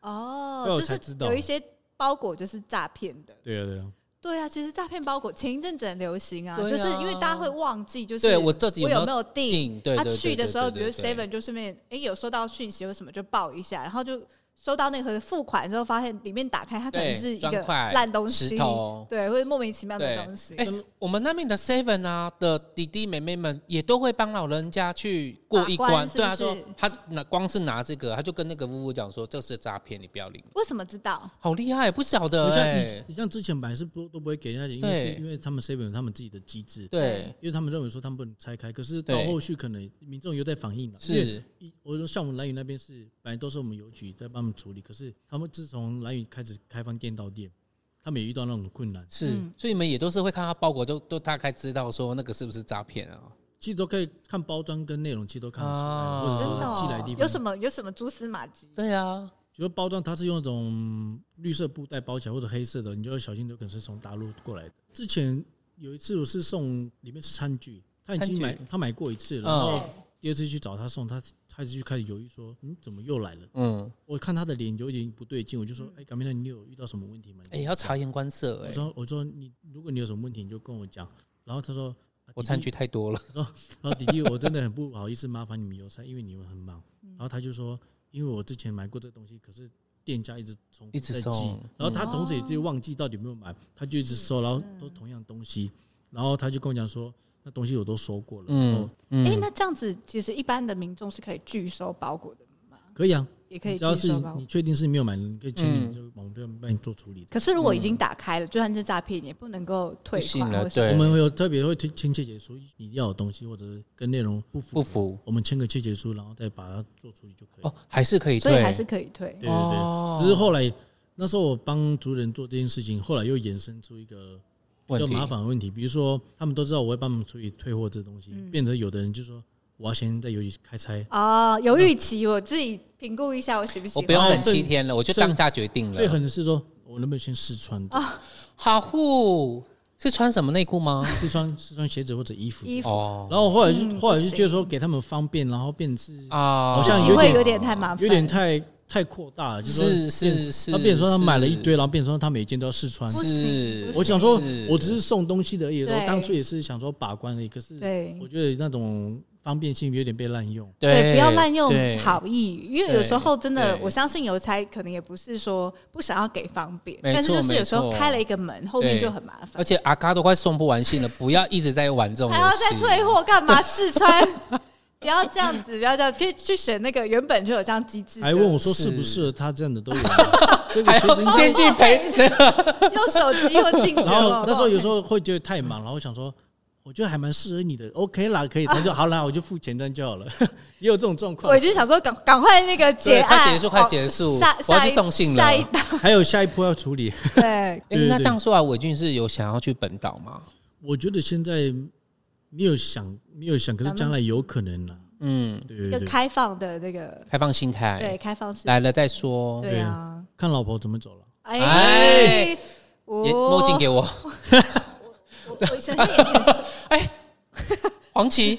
哦，对我就才是知道有一些包裹就是诈骗的。对啊，对 啊，对啊，其实诈骗包裹前一阵子很流行啊，对啊就是因为大家会忘记，就是对我自己我有有没有没有订。进？对他对对去的时候，比对如对对 Seven 就顺便哎有收到讯息或什么就报一下，然后就收到那个付款之后，发现里面打开它可能对是一砖个块烂东西石，头。对，或者莫名其妙对的东西。哎、我们那边的 Seven 啊的弟弟妹妹们也都会帮老人家去过一把关是不对啊，是说他拿光是拿这个，他就跟那个夫妇讲说这是诈骗，你不要领。为什么知道？好厉害，不晓得你像哎、以你像之前本来是不都不会给人家钱，因为对是因为他们 seven 有他们自己的机制，对，因为他们认为说他们不能拆开，可是到对后续可能民众又在反映了，因为是一我说像我们蓝屿那边是本来都是我们邮局在帮他们处理，可是他们自从蓝屿开始开放店到店，他们也遇到那种困难，是、嗯所以你们也都是会看到包裹，就都大概知道说那个是不是诈骗啊？其实都可以看包装跟内容，其实都看得出来，啊或真者的是哦寄来的地方有什么有什么蛛丝马迹？对啊，比如包装它是用那种绿色布袋包起来，或者黑色的，你就要小心，有可能是从大陆过来的。之前有一次我是送里面是餐具，他已餐经具买他买过一次，然哦后对第二次去找他送，他他就开始犹豫说，嗯，怎么又来了？嗯，我看他的脸有点不对劲，我就说，哎，港明你有遇到什么问题吗？哎、要察言观色哎、我说我说你如果你有什么问题，你就跟我讲。然后他说，啊我弟弟餐具太多了，然后弟弟，我真的很不好意思麻烦你们邮差，因为你们很忙。嗯然后他就说，因为我之前买过这个东西，可是店家一直重复一直在寄送，然后他嗯从此也就忘记到底有没有买，他就一直收，然后都同样东西。然后他就跟我讲说，那东西我都收过了，嗯嗯，嗯，哎、那这样子其实一般的民众是可以拒收包裹的，可以啊，也可以你拒只要是收包你裹。确定是没有买的，你可以签名，嗯就我们不要帮你做处理。可是如果已嗯经打开了，就算是诈骗，也不能够退不行款了或什么对我们会有特别会贴亲切解说你要的东西或者是跟内容不符不，服我们签个切结书，然后再把它做处理就可以了。哦，还是可以所退，以还是可以退。对对对，哦只是后来那时候我帮族人做这件事情，后来又衍生出一个比问较题麻烦的问题，比如说他们都知道我会帮他们处理退货这东西，嗯变成有的人就说我要先在邮局开拆，哦，犹豫期，我自己评估一下，我喜不喜我欢？不用哦等所以七天了，我就所以当下决定最了。狠的是说哦我能不能先试穿，哦好护是穿什么内裤吗？试穿 试穿鞋子或者衣服。衣服哦，然后后来就、嗯后来就觉得说给他们方便，然后变成是啊，好像机有会点有点太麻烦，有点太太扩大了，就是说是是是，他变成说他买了一是堆，然后变成说他每件都要试穿。不行是不行我想说是，我只是送东西的而已，对我当初也是想说把关而已，可是对我觉得那种方便性有点被滥用。对，不要滥用对好意，因为有时候真的，对我相信邮差可能也不是说不想要给方便，没错但是就是有时候没错开了一个门，后面对就很麻而烦，且阿嘎都快送不完信了，不要一直在玩这种游还戏，要再退货干嘛？试穿， 不要这样子，不要这样，去去选那个原本就有这样机制的，还问我说是适不适合他这样的都有，这个还其实要兼具陪 那个用手机或镜子。然后那时候有时候会觉得太忙，然后想说。我觉得还蛮适合你的，OK 啦，可以，他就好啦，我就付钱单就好了， 也有这种状况我。就想说赶赶快那个结对快案，结束快哦结束下我要下一去送信了下 一档还有下一波要处理，对，哎对对那这样说来，伟俊是有想要去本岛吗？我觉得现在没有想，没有想，可是将来有可能啦。嗯，对一对个对，开放的那个开放心对态，开放式，来了再说。对啊，看老婆怎么走了。哎哎，我眼墨镜给我， 我我相信也可以说，哎，黄旗，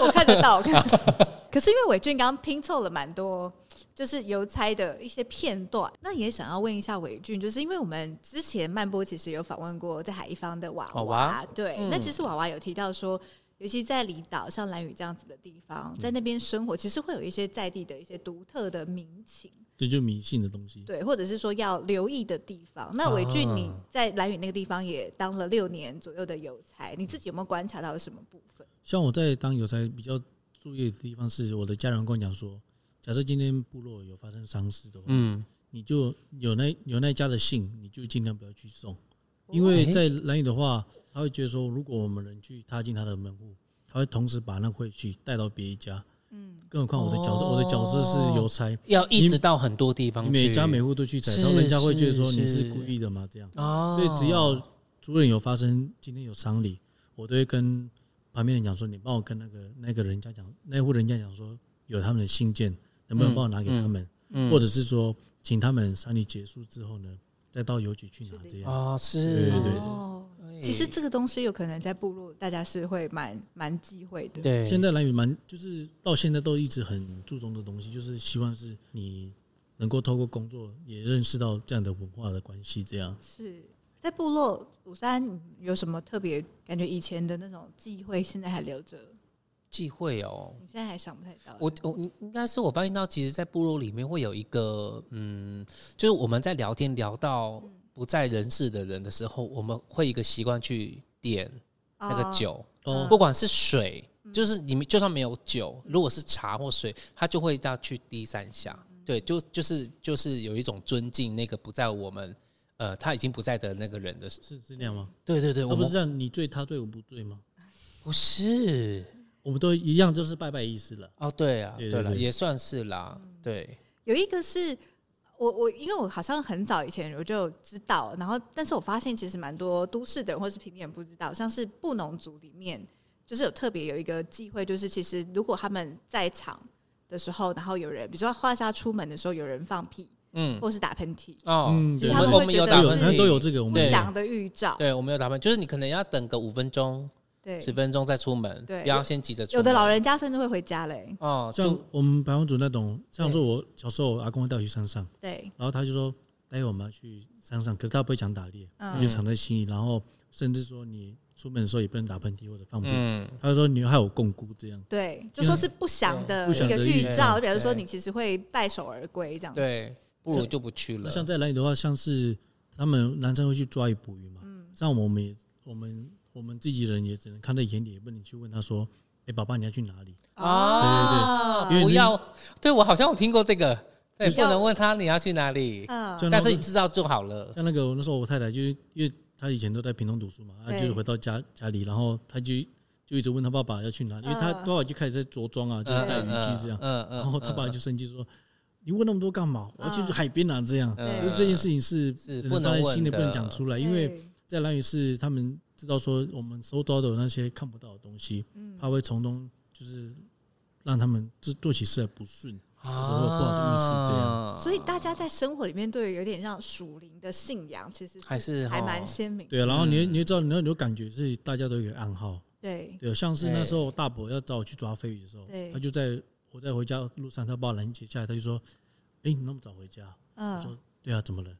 我看 得到，我看得到。可是因为伟俊刚刚拼凑了蛮多，就是邮差的一些片段，那也想要问一下伟俊，就是因为我们之前曼波其实有访问过在海一方的娃娃娃对，嗯那其实娃娃有提到说。尤其在离岛，像兰屿这样子的地嗯方，在那边生活，其实会有一些在地的一些独特的民情，这就迷信的东西。对，或者是说要留意的地方。那伟俊，啊你在兰屿那个地方也当了六年左右的邮差，你自己有没有观察到有什么部分？像我在当邮差比较注意的地方是，我的家人跟我讲说，假设今天部落有发生丧事的话，嗯，你就有那有那家的信，你就尽量不要去送，哦因为哎哦在兰屿的话，他会觉得说，如果我们人去踏进他的门户，他会同时把那晦气带到别一家。嗯，更何况我的角色，哦我的角色是邮差，要一直到很多地方去，每家每户都去踩，是然后人家会觉得说是你是是故意的嘛，这样。哦，所以只要主任有发生，今天有丧礼，我都会跟旁边人讲说，你帮我跟那个那个人家讲，那户人家讲说有他们的信件，能不能嗯帮我拿给他们，嗯或者是说请他们丧礼结束之后呢，再到邮局去拿这样。啊对是对对哦，其嗯实这个东西有可能在部落，大家是会蛮蛮忌讳的。对现在蓝屿蛮就是到现在都一直很注重的东西，就是希望是你能够透过工作也认识到这样的文化的关系，这样。是在部落，武山有什么特别感觉？以前的那种忌讳，现在还留着。忌讳哦。你现在还想不太到。我我应应该是我发现到，其实，在部落里面会有一个，嗯，就是我们在聊天聊到嗯不在人世的人的时候，我们会一个习惯去点那个哦，酒，哦不管是水，嗯就是你们就算没有酒，如果是茶或水，他就会要去滴三下。嗯对，就就是就是有一种尊敬那个不在我们，呃，他已经不在的那个人的。是是那样吗？对对对，我那不们是这样，你醉他醉我不醉吗？不是我们都一样，就是拜拜意思了。哦，对啊，对对对了，对也算是啦，嗯对，有一个是我我因为我好像很早以前我就知道，然后但是我发现其实蛮多都市的人或是平地人不知道，像是布农族里面就是有特别有一个忌讳，就是其实如果他们在场的时候，然后有人比如说画家出门的时候有人放屁嗯，或是打喷嚏，哦，嗯其对实他我们们我会们觉有得打有喷好像是都有这个，我不们对祥的预兆，对，我们有打扮，就是你可能要等个五分钟、对十分钟再出门，对不要先急着出门。有的老人家甚至会回家嘞，哦，像就我们白王族那种，像说我小时候我阿公会带我去山上，对，然后他就说待会我们要去山上，可是他不会讲打猎，他就嗯，藏在心里，然后甚至说你出门的时候也不能打喷嚏或者放屁，嗯，他就说你害我共辜这样。对，就说是不祥的不祥一个的预预兆，兆就表示说对你其实会败手而归这样子，对，不如就不去那了。像在兰屿的话，像是他们男生会去抓鱼捕鱼嘛，嗯像我们也我们我们自己人也只能看在眼里，也不能去问他说，哎、爸爸你要去哪里？哦，对对对因为不你要，对我好像有听过这个，对，就是不能问他你要去哪里，嗯就啊但是你知道就好了。像那个那时候我太太就是因为她以前都在屏东读书嘛，她对就是回到家家里，然后她就就一直问她爸爸要去哪里，因为她嗯爸爸就开始在着装啊，就是带嗯渔具这样，嗯嗯，然后她爸就生气说：“你问那么多干嘛？我要去嗯海边啊！”这样，嗯就是这件事情是是只不能能放在问心里，不的能讲出来，因为对在兰屿是他们知道说我们收到的那些看不到的东西，嗯怕会从中就是让他们就做起事来不顺。怎么会有不好的意思这样啊所以大家在生活里面对于有点像属灵的信仰，其实还是哦还蛮齁鲜明的。对啊，然后你嗯会你会知道，然后你就感觉是大家都有一个暗号。对对，像是那对时候大伯要找我去抓飞鱼的时候对，他就在我在回家路上，他把我拦截下来，他就说：“哎、你那么早回家？”我说嗯，：“对啊，怎么了？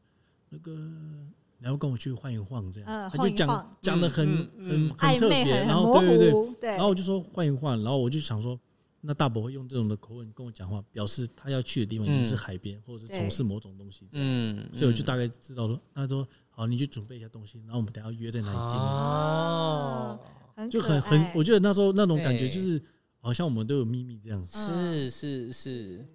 那个你要不跟我去晃一晃这样？”嗯他晃就一讲晃讲的很、嗯嗯很很暧特昧别，很然很模后对对对，糊，对然后我就说换一换，然后我就想说，那大伯会用这种的口吻跟我讲话，表示他要去的地方一定是嗯海边，或者是对从事某种东西这样。嗯，所以我就大概知道说，他说好，你去准备一下东西，然后我们等一下约在哪里见面。哦，很就可很爱很，我觉得那时候那种感觉对就是好像我们都有秘密这样子。是是是，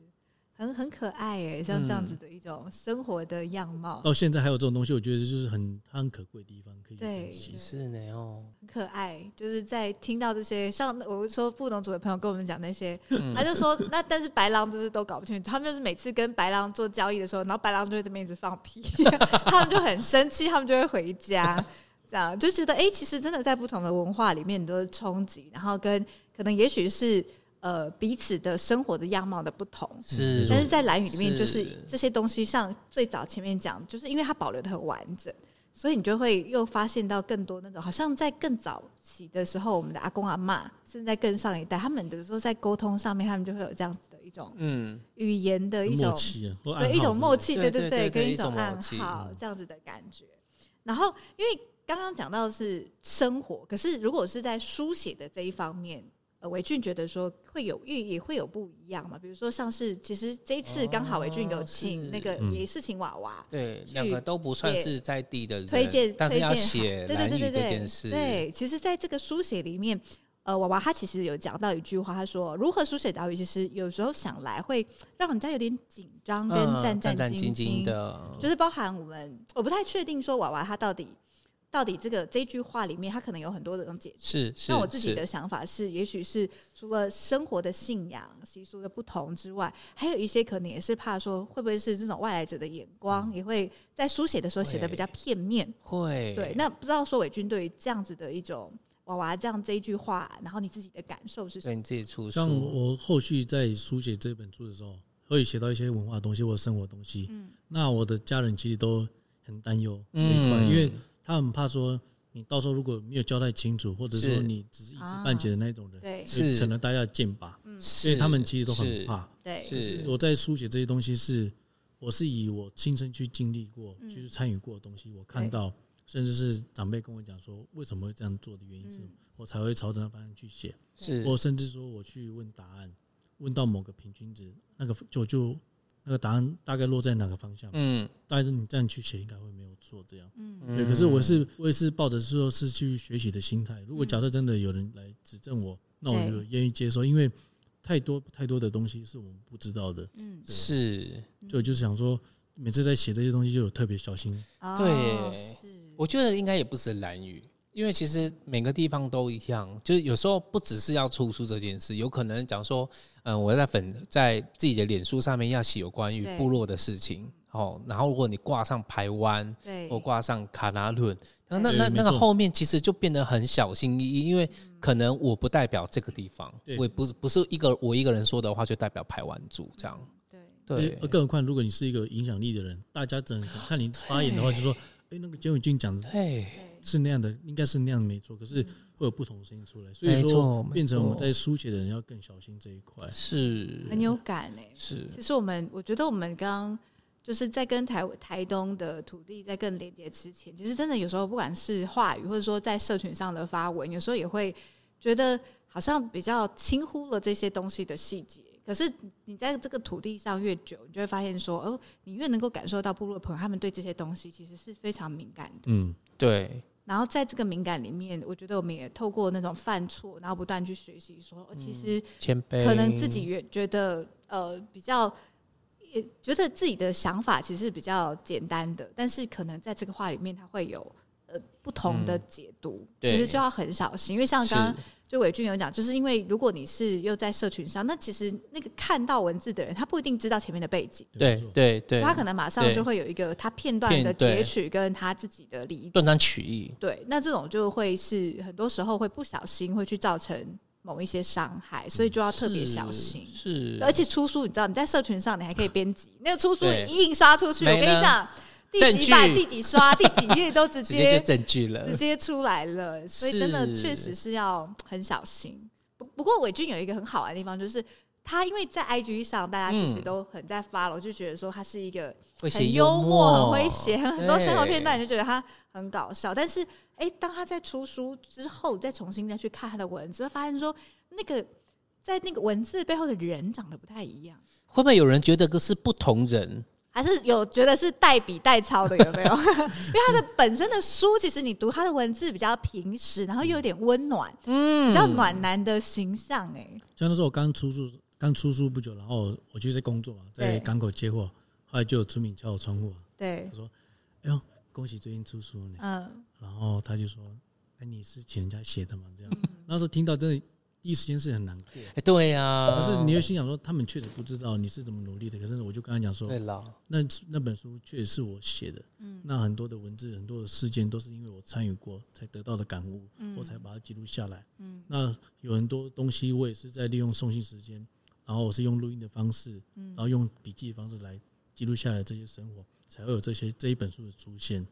很很可爱耶，像这样嗯子的一种生活的样貌，到现在还有这种东西，我觉得就是很它很可贵的地方，可以对珍惜。也是呢哦，很可爱。就是在听到这些，像我说布农族的朋友跟我们讲那些，嗯他就说那但是白狼就是都搞不清楚，他们就是每次跟白狼做交易的时候，然后白狼就会这边一直放屁， 他们就很生气，他们就会回家。这样就觉得，哎、其实真的在不同的文化里面，你都是冲击，然后跟可能也许是呃彼此的生活的样貌的不同，是，但是在蓝语里面，就是是这些东西，像最早前面讲，就是因为它保留的很完整，所以你就会又发现到更多那种，好像在更早期的时候，我们的阿公阿嬷，甚至在更上一代，他们比如说在沟通上面，他们就会有这样子的一种嗯，语言的一默种契啊，或对一种默契。契，对对对对跟对一一种种默嗯暗契号这样子的感觉。然后，因为刚刚讲到的是生活，可是如果是在书写的这一方面，呃，维俊觉得说会有也也会有不一样嘛。比如说，像是其实这一次刚好维俊有哦请是那个嗯也是请娃娃。对，去两个都不算写是在地的人，推荐，但是推要荐写好对对蓝对雨对对这件事，对，其实在这个书写里面，呃，娃娃他其实有讲到一句话，他说如何书写岛屿，其实有时候想来会让人家有点紧张跟嗯，战战兢兢兢的，就是包含我们，我不太确定说娃娃他到底到底这个这句话里面，他可能有很多的种解释。是是，那我自己是的想法是，也许是除了生活的信仰、习俗的不同之外，还有一些可能也是怕说会不会是这种外来者的眼嗯光，也会在书写的时候写的比较片面。会对，那不知道说伟君对于这样子的一种娃娃这样这一句话，然后你自己的感受是什对么？你自己出像书，我后续在书写这本书的时候，会写到一些文化的东西或者生活的东西。嗯那我的家人其实都很担忧嗯这一块，因为他很怕说你到时候如果没有交代清楚，或者说是你只是一知半解的那种人，啊对嗯是就成了大家的剑拔，所所以他们其实都很怕。对，是我在书写这些东西是，我是以我亲身去经历过、嗯去参与过的东西，我看到甚至是长辈跟我讲说为什么会这样做的原因嗯是什么，我才会朝着那方向去写，嗯是或甚至说我去问答案，问到某个平均值，那个就就那个答案大概落在哪个方向，嗯但是你这样去写应该会没有错这样。嗯嗯，对，可是我是我也是抱着是说是去学习的心态。如嗯果假设真的有人来指正我，那我就对愿意接受，因为太多太多的东西是我们不知道的，嗯，是，就就是想说，每次在写这些东西就有特别小心。哦对耶是，我觉得应该也不是蓝雨，因为其实每个地方都一样，就是有时候不只是要出书这件事，有可能讲说，嗯，我在粉在自己的脸书上面要写有关于对部落的事情，哦，然后如果你挂上台湾，对，或挂上卡纳伦，那那那对那个没错后面其实就变得很小心翼翼，因为可能我不代表这个地方，对我也不不是一个我一个人说的话就代表排湾族这样，对，对而，更何况如果你是一个有影响力的人，大家整看你发言的话，就说，哎，那个简伟俊讲的对，对，是那样的，应该是那样没错，可是会有不同的声音出来，所以嗯没说错没变成我们错在书写的人要更小心这一块。是很有感哎。是其实我们，我觉得我们刚就是在跟台台东的土地在更连接之前，其实真的有时候不管是话语，或者说在社群上的发文，有时候也会觉得好像比较轻忽了这些东西的细节。可是你在这个土地上越久，你就会发现说，哦，你越能够感受到部落朋友他们对这些东西其实是非常敏感的。嗯，对，然后在这个敏感里面，我觉得我们也透过那种犯错，然后不断去学习说，哦其实谦卑，可能自己也嗯觉得呃比较，也觉得自己的想法其实比较简单的，但是可能在这个话里面它会有呃不同的解读，嗯对其实就要很小心，因为像是刚刚就伟俊有讲，就是因为如果你是又在社群上，那其实那个看到文字的人，他不一定知道前面的背景，对没错对对，他可能马上对就会有一个他片段片的对截取跟他自己的理解断。章取义，对，那这种就会是很多时候会不小心会去造成某一些伤害，所以就要特别是小心。是，而且出书，你知道你在社群上你还可以编辑，那个出书对印刷出去，我没跟你了讲，第证几版、据第几刷、 第几页都直直接接就证据了直，接出来了，所以真的是确实是要很小心。不不过伟俊有一个很好玩的地方，就是他因为在 IG 上大家其实嗯都很在 follow，、就觉得说他是一个会写很幽默、很会诙谐，很多生活片段，你就觉得他很搞笑。但是，哎、当他在出书之后，再重新再去看他的文字，会发现说，那个在那个文字背后的人长得不太一样，会不会有人觉得是不同人？还是有觉得是代笔代抄的，有没有？ 因为他的本身的书，其实你读他的文字比较平实，然后又有点温暖，嗯比较暖男的形象、哎，像那时候我刚出书，刚出书不久，然后我就在工作嘛，在对港口接货，后来就有村民敲我窗户啊，对，哎呦，恭喜最近出书呢。嗯，然后他就说，哎，你是请人家写的吗？这样，嗯那时候听到真的，第一时间是很难过，哎对呀，可哦是你又心想说，他们确实不知道你是怎么努力的。可是我就跟他讲说对，了，那那本书确实是我写的，那很多的文字、很多的事件都是因为我参与过才得到的感悟，嗯我才把它记录下来。那有很多东西我也是在利用送信时间，然后我是用录音的方式，然后用笔记的方式来记录下来这些生活，才会有这些这一本书的出现。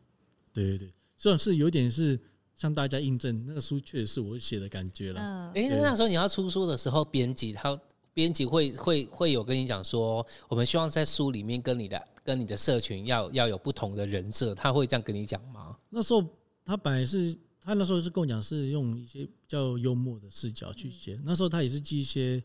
对对对，虽然是有点是向大家印证，那个书确实是我写的感觉了。嗯，哎，那啊对那时候你要出书的时候，编辑他编辑会会会有跟你讲说，我们希望在书里面跟你的跟你的社群要要有不同的人设，他会这样跟你讲吗？那时候他本来是他那时候是跟我讲是用一些比较幽默的视角去写，那时候他也是寄一些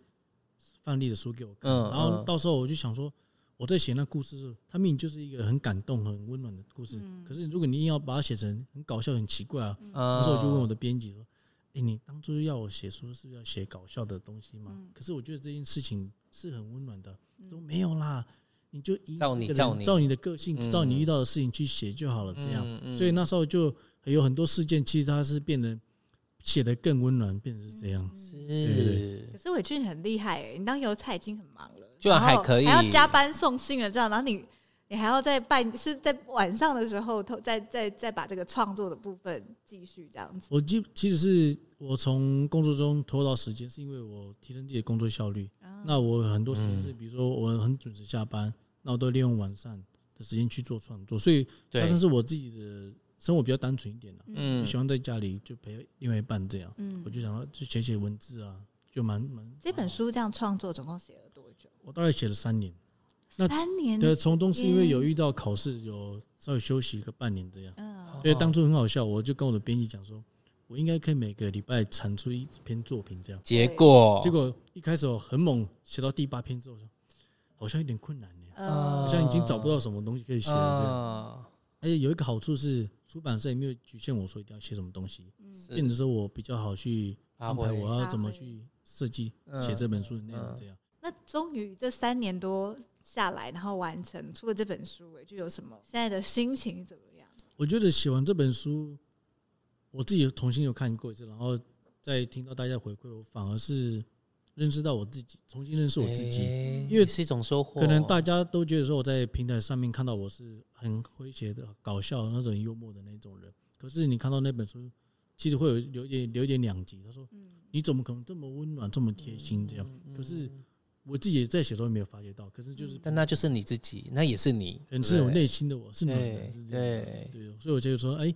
范例的书给我看，嗯然后嗯到时候我就想说。我在写那故事的时候，他明明就是一个很感动、很温暖的故事，嗯可是如果你硬要把它写成很搞笑、很奇怪啊，那那时候我就问我的编辑说：“哎、你当初要我写书，是不是要写搞笑的东西嘛？嗯可是我觉得这件事情是很温暖的。他说：“没有啦，你就以照这你个人照你照你的个性，嗯照你遇到的事情去写就好了。”这样，嗯嗯所以那时候就有很多事件，其实它是变得写得更温暖，变成是这样。嗯对是可是伟俊很厉害、欸，你当邮差已经很忙了，居然还可以然后还要加班送信了，这样，然后你你还要在半是在晚上的时候，偷再再再把这个创作的部分继续这样子。我记其实是我从工作中拖到时间，是因为我提升自己的工作效率。嗯嗯那我有很多时间是，比如说我很准时下班，那我都利用晚上的时间去做创作，所以加上对，是我自己的生活比较单纯一点了、嗯我喜欢在家里就陪另外一半这样，嗯我，就想要就写写文字啊，就蛮蛮。这本书这样创作总共写了多久？我大概写了三年，那三年对，的从中是因为有遇到考试，有稍微休息个半年这样。哦嗯，因为当初很好笑，我就跟我的编辑讲说，我应该可以每个礼拜产出一篇作品这样。结果结果一开始我很猛，写到第八篇之后，我说好像有点困难呢，哦呃，好像已经找不到什么东西可以写了这样。啊而且有一个好处是，出版社也没有局限我说一定要写什么东西，嗯变得说我比较好去嗯发安排挥我要怎么发挥去设计嗯写这本书的内容这样。那终于这三年多下来，然后完成出了这本书，哎就有什么现在的心情怎么样？我觉得写完这本书，我自己有重新有看过一次，然后再听到大家回馈，我反而是认识到我自己，重新认识我自己。哎因为是一种收获。可能大家都觉得说我在平台上面看到我是很诙谐的、搞笑的那种幽默的那种人，可是你看到那本书，其实会有有一点有一点两极。他说嗯，你怎么可能这么温暖、这么贴心这样？嗯可是我自己也在写的时候没有发觉到，可是就是但那就是你自己，那也是你，可能是我对内心的我是暖的，是这样的。对对，所以我觉得说，哎、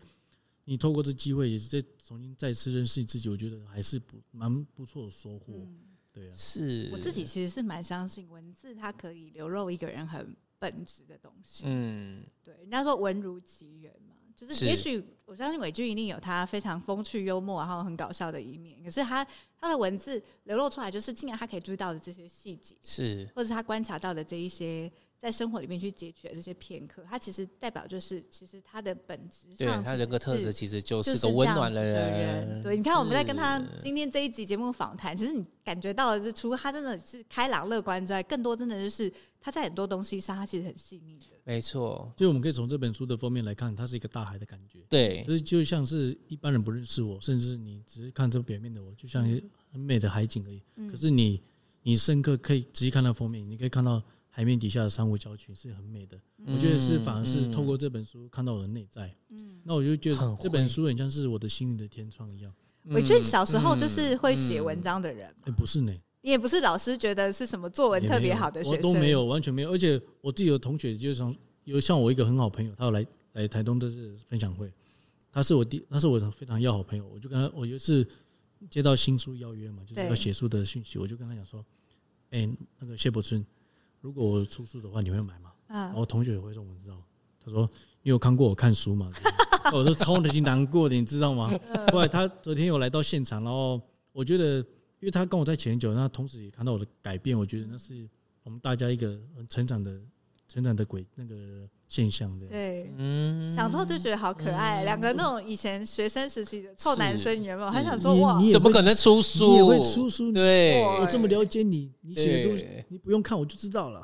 你透过这机会也是再重新再次认识你自己，我觉得还是不蛮不错的收获。嗯对啊，是我自己，其实是蛮相信文字，它可以流露一个人很本质的东西。嗯，对，人家说文如其人嘛，就是是也许我相信伟俊一定有他非常风趣幽默，然后很搞笑的一面，可是他他的文字流露出来，就是尽量他可以注意到的这些细节，是或者是他观察到的这一些在生活里面去截取的这些片刻，它其实代表就是其实他的本质对上，他人格特质其实就就是这个温样暖子的人。嗯对，你看我们在跟他是今天这一集节目访谈，其实你感觉到的是，除了他真的是开朗乐观之外，更多真的就是他在很多东西上，他其实很细腻的。没错，所以我们可以从这本书的封面来看，它是一个大海的感觉，对就是就像是一般人不认识我，甚至你只是看这表面的我，就像一个很美的海景而已。嗯可是你你深刻可以仔细看到封面，你可以看到海面底下的珊瑚礁群是很美的。我觉得是反而是嗯透过这本书看到我的内在，嗯，那我就觉很得这会本书很像是我的心灵的天窗一样。我觉得小时候嗯就是会写嗯文章的人，哎、不是呢，你也不是老师觉得是什么作文也特没别有好的学我生，都没有，完全没有。而且我自己有同学，就是从有像我一个很好朋友，他有来来台东这次分享会，他是我第，他是我的非常要好朋友。我就跟他，我有一次接到新书邀约嘛，就是对要写书的讯息，我就跟他讲说，哎、那个谢伯春，如果我出书的话，你会买吗？啊然。后同学也会说我知道，他说你有看过我看书吗？我说超级难过的，你知道 吗？后来他昨天有来到现场，然后我觉得，因为他跟我在前久，那同时也看到我的改变，我觉得那是我们大家一个很成长的、成长的轨那个现象的。对，嗯，想到就觉得好可爱，两个那种以前学生时期的臭男生，有没有？还想说你哇你，也怎么会可能出你也书？会出书你对，哇我这么了解你，你写的东西对你不用看我就知道 了，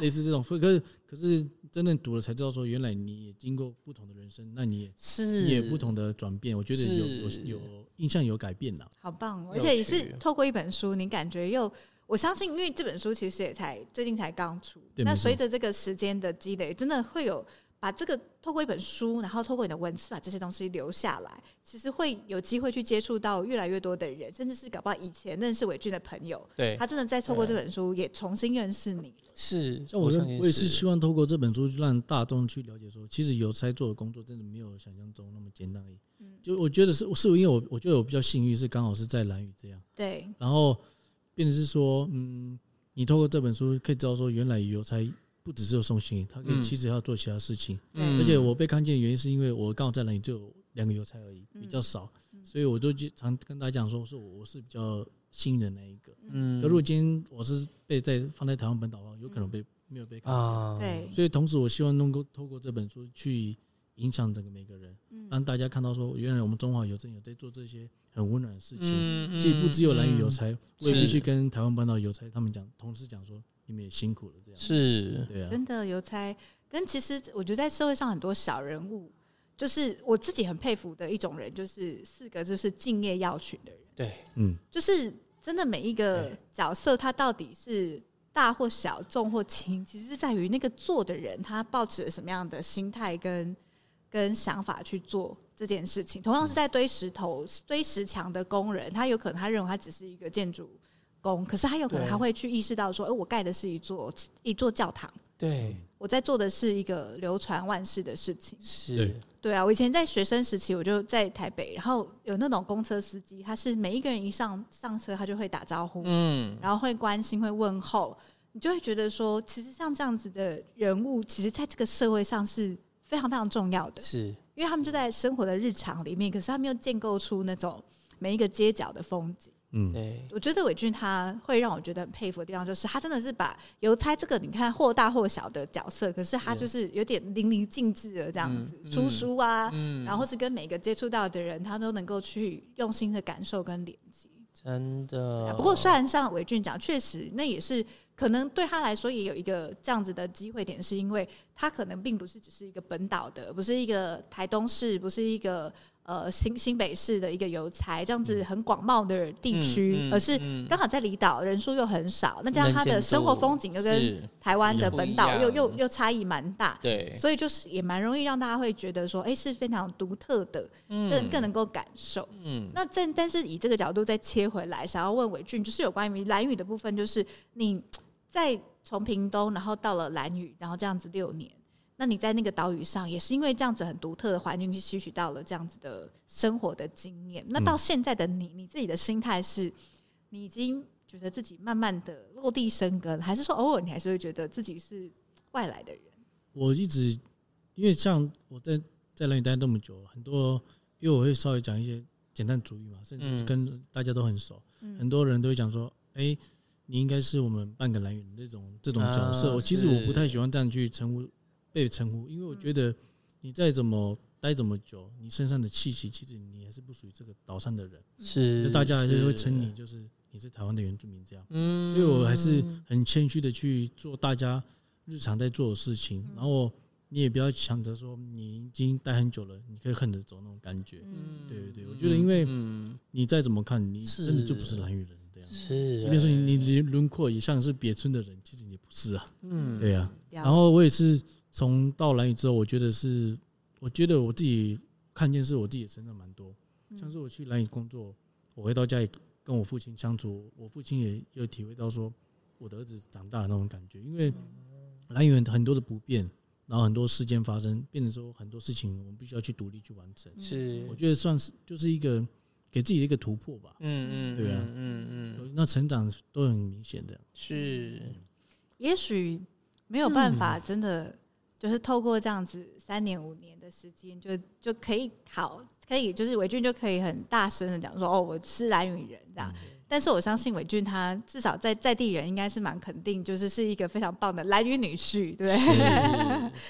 类似这种。可是可是真正读了才知道说，原来你也经过不同的人生，那你也是你也不同的转变，我觉得有有是有印象有改变了。好棒、哦！有而且也是趣透过一本书，你感觉又我相信，因为这本书其实也才最近才刚出，对那没错随着这个时间的积累，真的会有把这个透过一本书，然后透过你的文字把这些东西留下来，其实会有机会去接触到越来越多的人，甚至是搞不好以前认识伟俊的朋友，对他，真的在透过这本书也重新认识你。是像我认相，信我也是希望透过这本书让大众去了解说，其实邮差做的工作真的没有想象中那么简单而已。就我觉得是是因为我我觉得我比较幸运是刚好是在蓝宇这样，对，然后变成是说，嗯，你透过这本书可以知道说，原来邮差不只是有送信，他可以嗯其实还要做其他事情。嗯而且我被看见的原因是因为我刚好在那里就有两个邮差而已，嗯比较少，所以我就经常跟大家讲说，是我我是比较幸运的那一个。嗯可如果今天我是被在放在台湾本岛的话，有可能被没有被看见。啊，对，所以同时，我希望能够透过这本书去影响整个每个人，嗯让大家看到说，原来我们中华邮政有在做这些很温暖的事情。嗯，其实不只有蓝宇邮嗯差，我也必是须跟台湾本岛邮差他们讲，同事讲说，你们也辛苦了，这样是对啊。真的邮差跟其实我觉得在社会上很多小人物，就是我自己很佩服的一种人，就是四个就是敬业要群的人，对，嗯，就是真的每一个对角色他到底是大或小、重或轻，其实是在于那个做的人他抱持了什么样的心态跟跟想法去做这件事情。同样嗯是在堆石头、堆石墙的工人，他有可能他认为他只是一个建筑。工，可是他有可能对他会去意识到说，哎、我盖的是一座一座教堂，对，嗯我在做的是一个流传万世的事情。是对，对啊，我以前在学生时期，我就在台北，然后有那种公车司机，他是每一个人一上上车，他就会打招呼，嗯，然后会关心、会问候，你就会觉得说，其实像这样子的人物，其实在这个社会上是非常非常重要的，是因为他们就在生活的日常里面，可是他们又建构出那种每一个街角的风景。嗯，对，我觉得伟俊他会让我觉得很佩服的地方，就是他真的是把邮差这个你看或大或小的角色，可是他就是有点淋漓尽致的这样子，嗯嗯出书啊，嗯然后是跟每个接触到的人，他都能够去用心的感受跟连接。真的，不过虽然像伟俊讲，确实那也是可能对他来说也有一个这样子的机会点，是因为他可能并不是只是一个本岛的，不是一个台东市，不是一个呃新新北市的一个邮差这样子很广袤的地区，嗯嗯嗯而是嗯刚好在离岛，人数又很少，那加上他的生活风景又跟是台湾的本岛又不一样又又差异蛮大，对，所以就是也蛮容易让大家会觉得说，哎、是非常独特的，嗯更更能够感受。嗯那但但是以这个角度再切回来，想要问伟俊，就是有关于蓝雨的部分，就是你在从屏东，然后到了蓝雨，然后这样子六年，那你在那个岛屿上，也是因为这样子很独特的环境，去吸取到了这样子的生活的经验。嗯那到现在的你，你自己的心态是，你已经觉得自己慢慢的落地生根，还是说偶尔你还是会觉得自己是外来的人？我一直因为像我在在蓝屿待那么久，很多因为我会稍微讲一些简单主语嘛，甚至是嗯跟大家都很熟，很嗯多人都会讲说，哎、你应该是我们半个蓝屿人这种这种角色。啊我其实我是不太喜欢这样去称呼被称呼，因为我觉得你再怎么待这么久，你身上的气息，其实你还是不属于这个岛上的人，就是大家还是会称你，就是你是台湾的原住民这样。嗯所以我还是很谦虚的去做大家日常在做的事情，嗯然后你也不要想着说你已经待很久了，你可以横着走那种感觉。嗯对对对我觉得因为嗯你再怎么看，你是真的就不是蓝屿人这样。是，即便说你你轮廓也像是别村的人，其实你不是啊。嗯对啊，了然后我也是从到蓝屿之后，我觉得是，我觉得我自己看见是我自己身上蛮多。像是我去蓝屿工作，我回到家里跟我父亲相处，我父亲也有体会到说我的儿子长大的那种感觉，因为蓝屿很多的不便，然后很多事件发生，变成说很多事情我们必须要去独立去完嗯成。是我觉得算是就是一个给自己的一个突破吧，嗯嗯对啊嗯嗯那成长都很明显的。是也许没有办法，嗯真的就是透过这样子三年五年的时间，就就可以考，可以就是伟俊就可以很大声的讲说，哦，我是蓝雨人这样。嗯但是我相信伟俊他至少在在地人应该是蛮肯定，就是是一个非常棒的蓝雨女婿，对不对？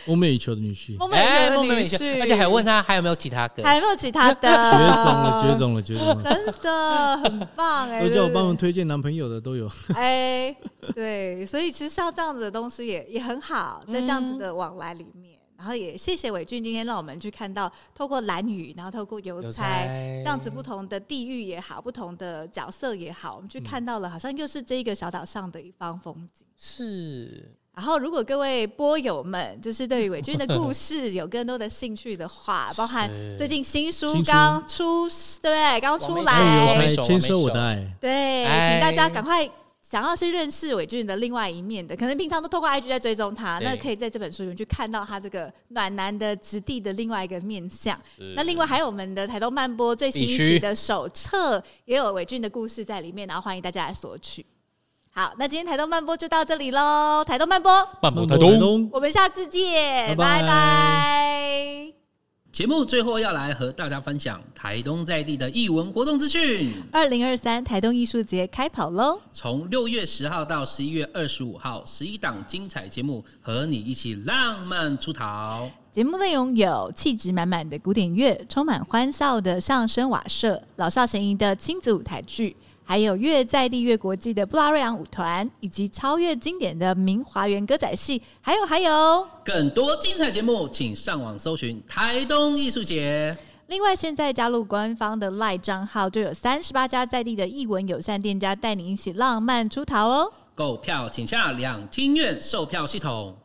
欧美以求的女婿，梦寐以哎，求梦的寐女以求婿，而且还问他还有没有其他歌，还有没有其他的？绝种了，绝种了，绝种了。真的很棒哎、都叫对不我对帮忙推荐男朋友的都有， 哎，对，所以其实像这样子的东西也也很好，在这样子的往来里面，然后也谢谢伟俊今天让我们去看到，透过蓝雨，然后透过邮有差。才这样子不同的地域也好，不同的角色也好，我们去看到了，好像又是这一个小岛上的一方风景。是然后，如果各位波友们就是对于伟俊的故事 有更多的兴趣的话，包含是最近新书新书刚出，对不对？刚出王美来， 还有我邮没熟差我牵没手我熟的爱，对，哎请大家赶快想要去认识伟俊的另外一面的，可能平常都透过 IG 在追踪他，对那可以在这本书里面去看到他这个暖男的质地的另外一个面相。是那另外还有我们的台东漫播最新一必须期的手册，也有伟俊的故事在里面，然后欢迎大家来索取。好，那今天台东漫播就到这里喽，台东漫播，半孟台婆台东。东我们下次见，拜拜拜拜节目最后要来和大家分享台东在地的艺文活动资讯。二零二三台东艺术节开跑喽！从六月十号到十一月二十五号，十一档精彩节目和你一起浪漫出逃。节目内容有气质满满的古典乐、充满欢笑的相声瓦舍、老少咸宜的亲子舞台剧，还有越在地越国际的布拉瑞昂舞团，以及超越经典的明华园歌仔戏，还有还有。更多精彩节目，请上网搜寻台东艺术节。另外，现在加入官方的 LINE 账号，就有三十八家在地的艺文友善店家带你一起浪漫出逃哦。购票请下两厅院售票系统。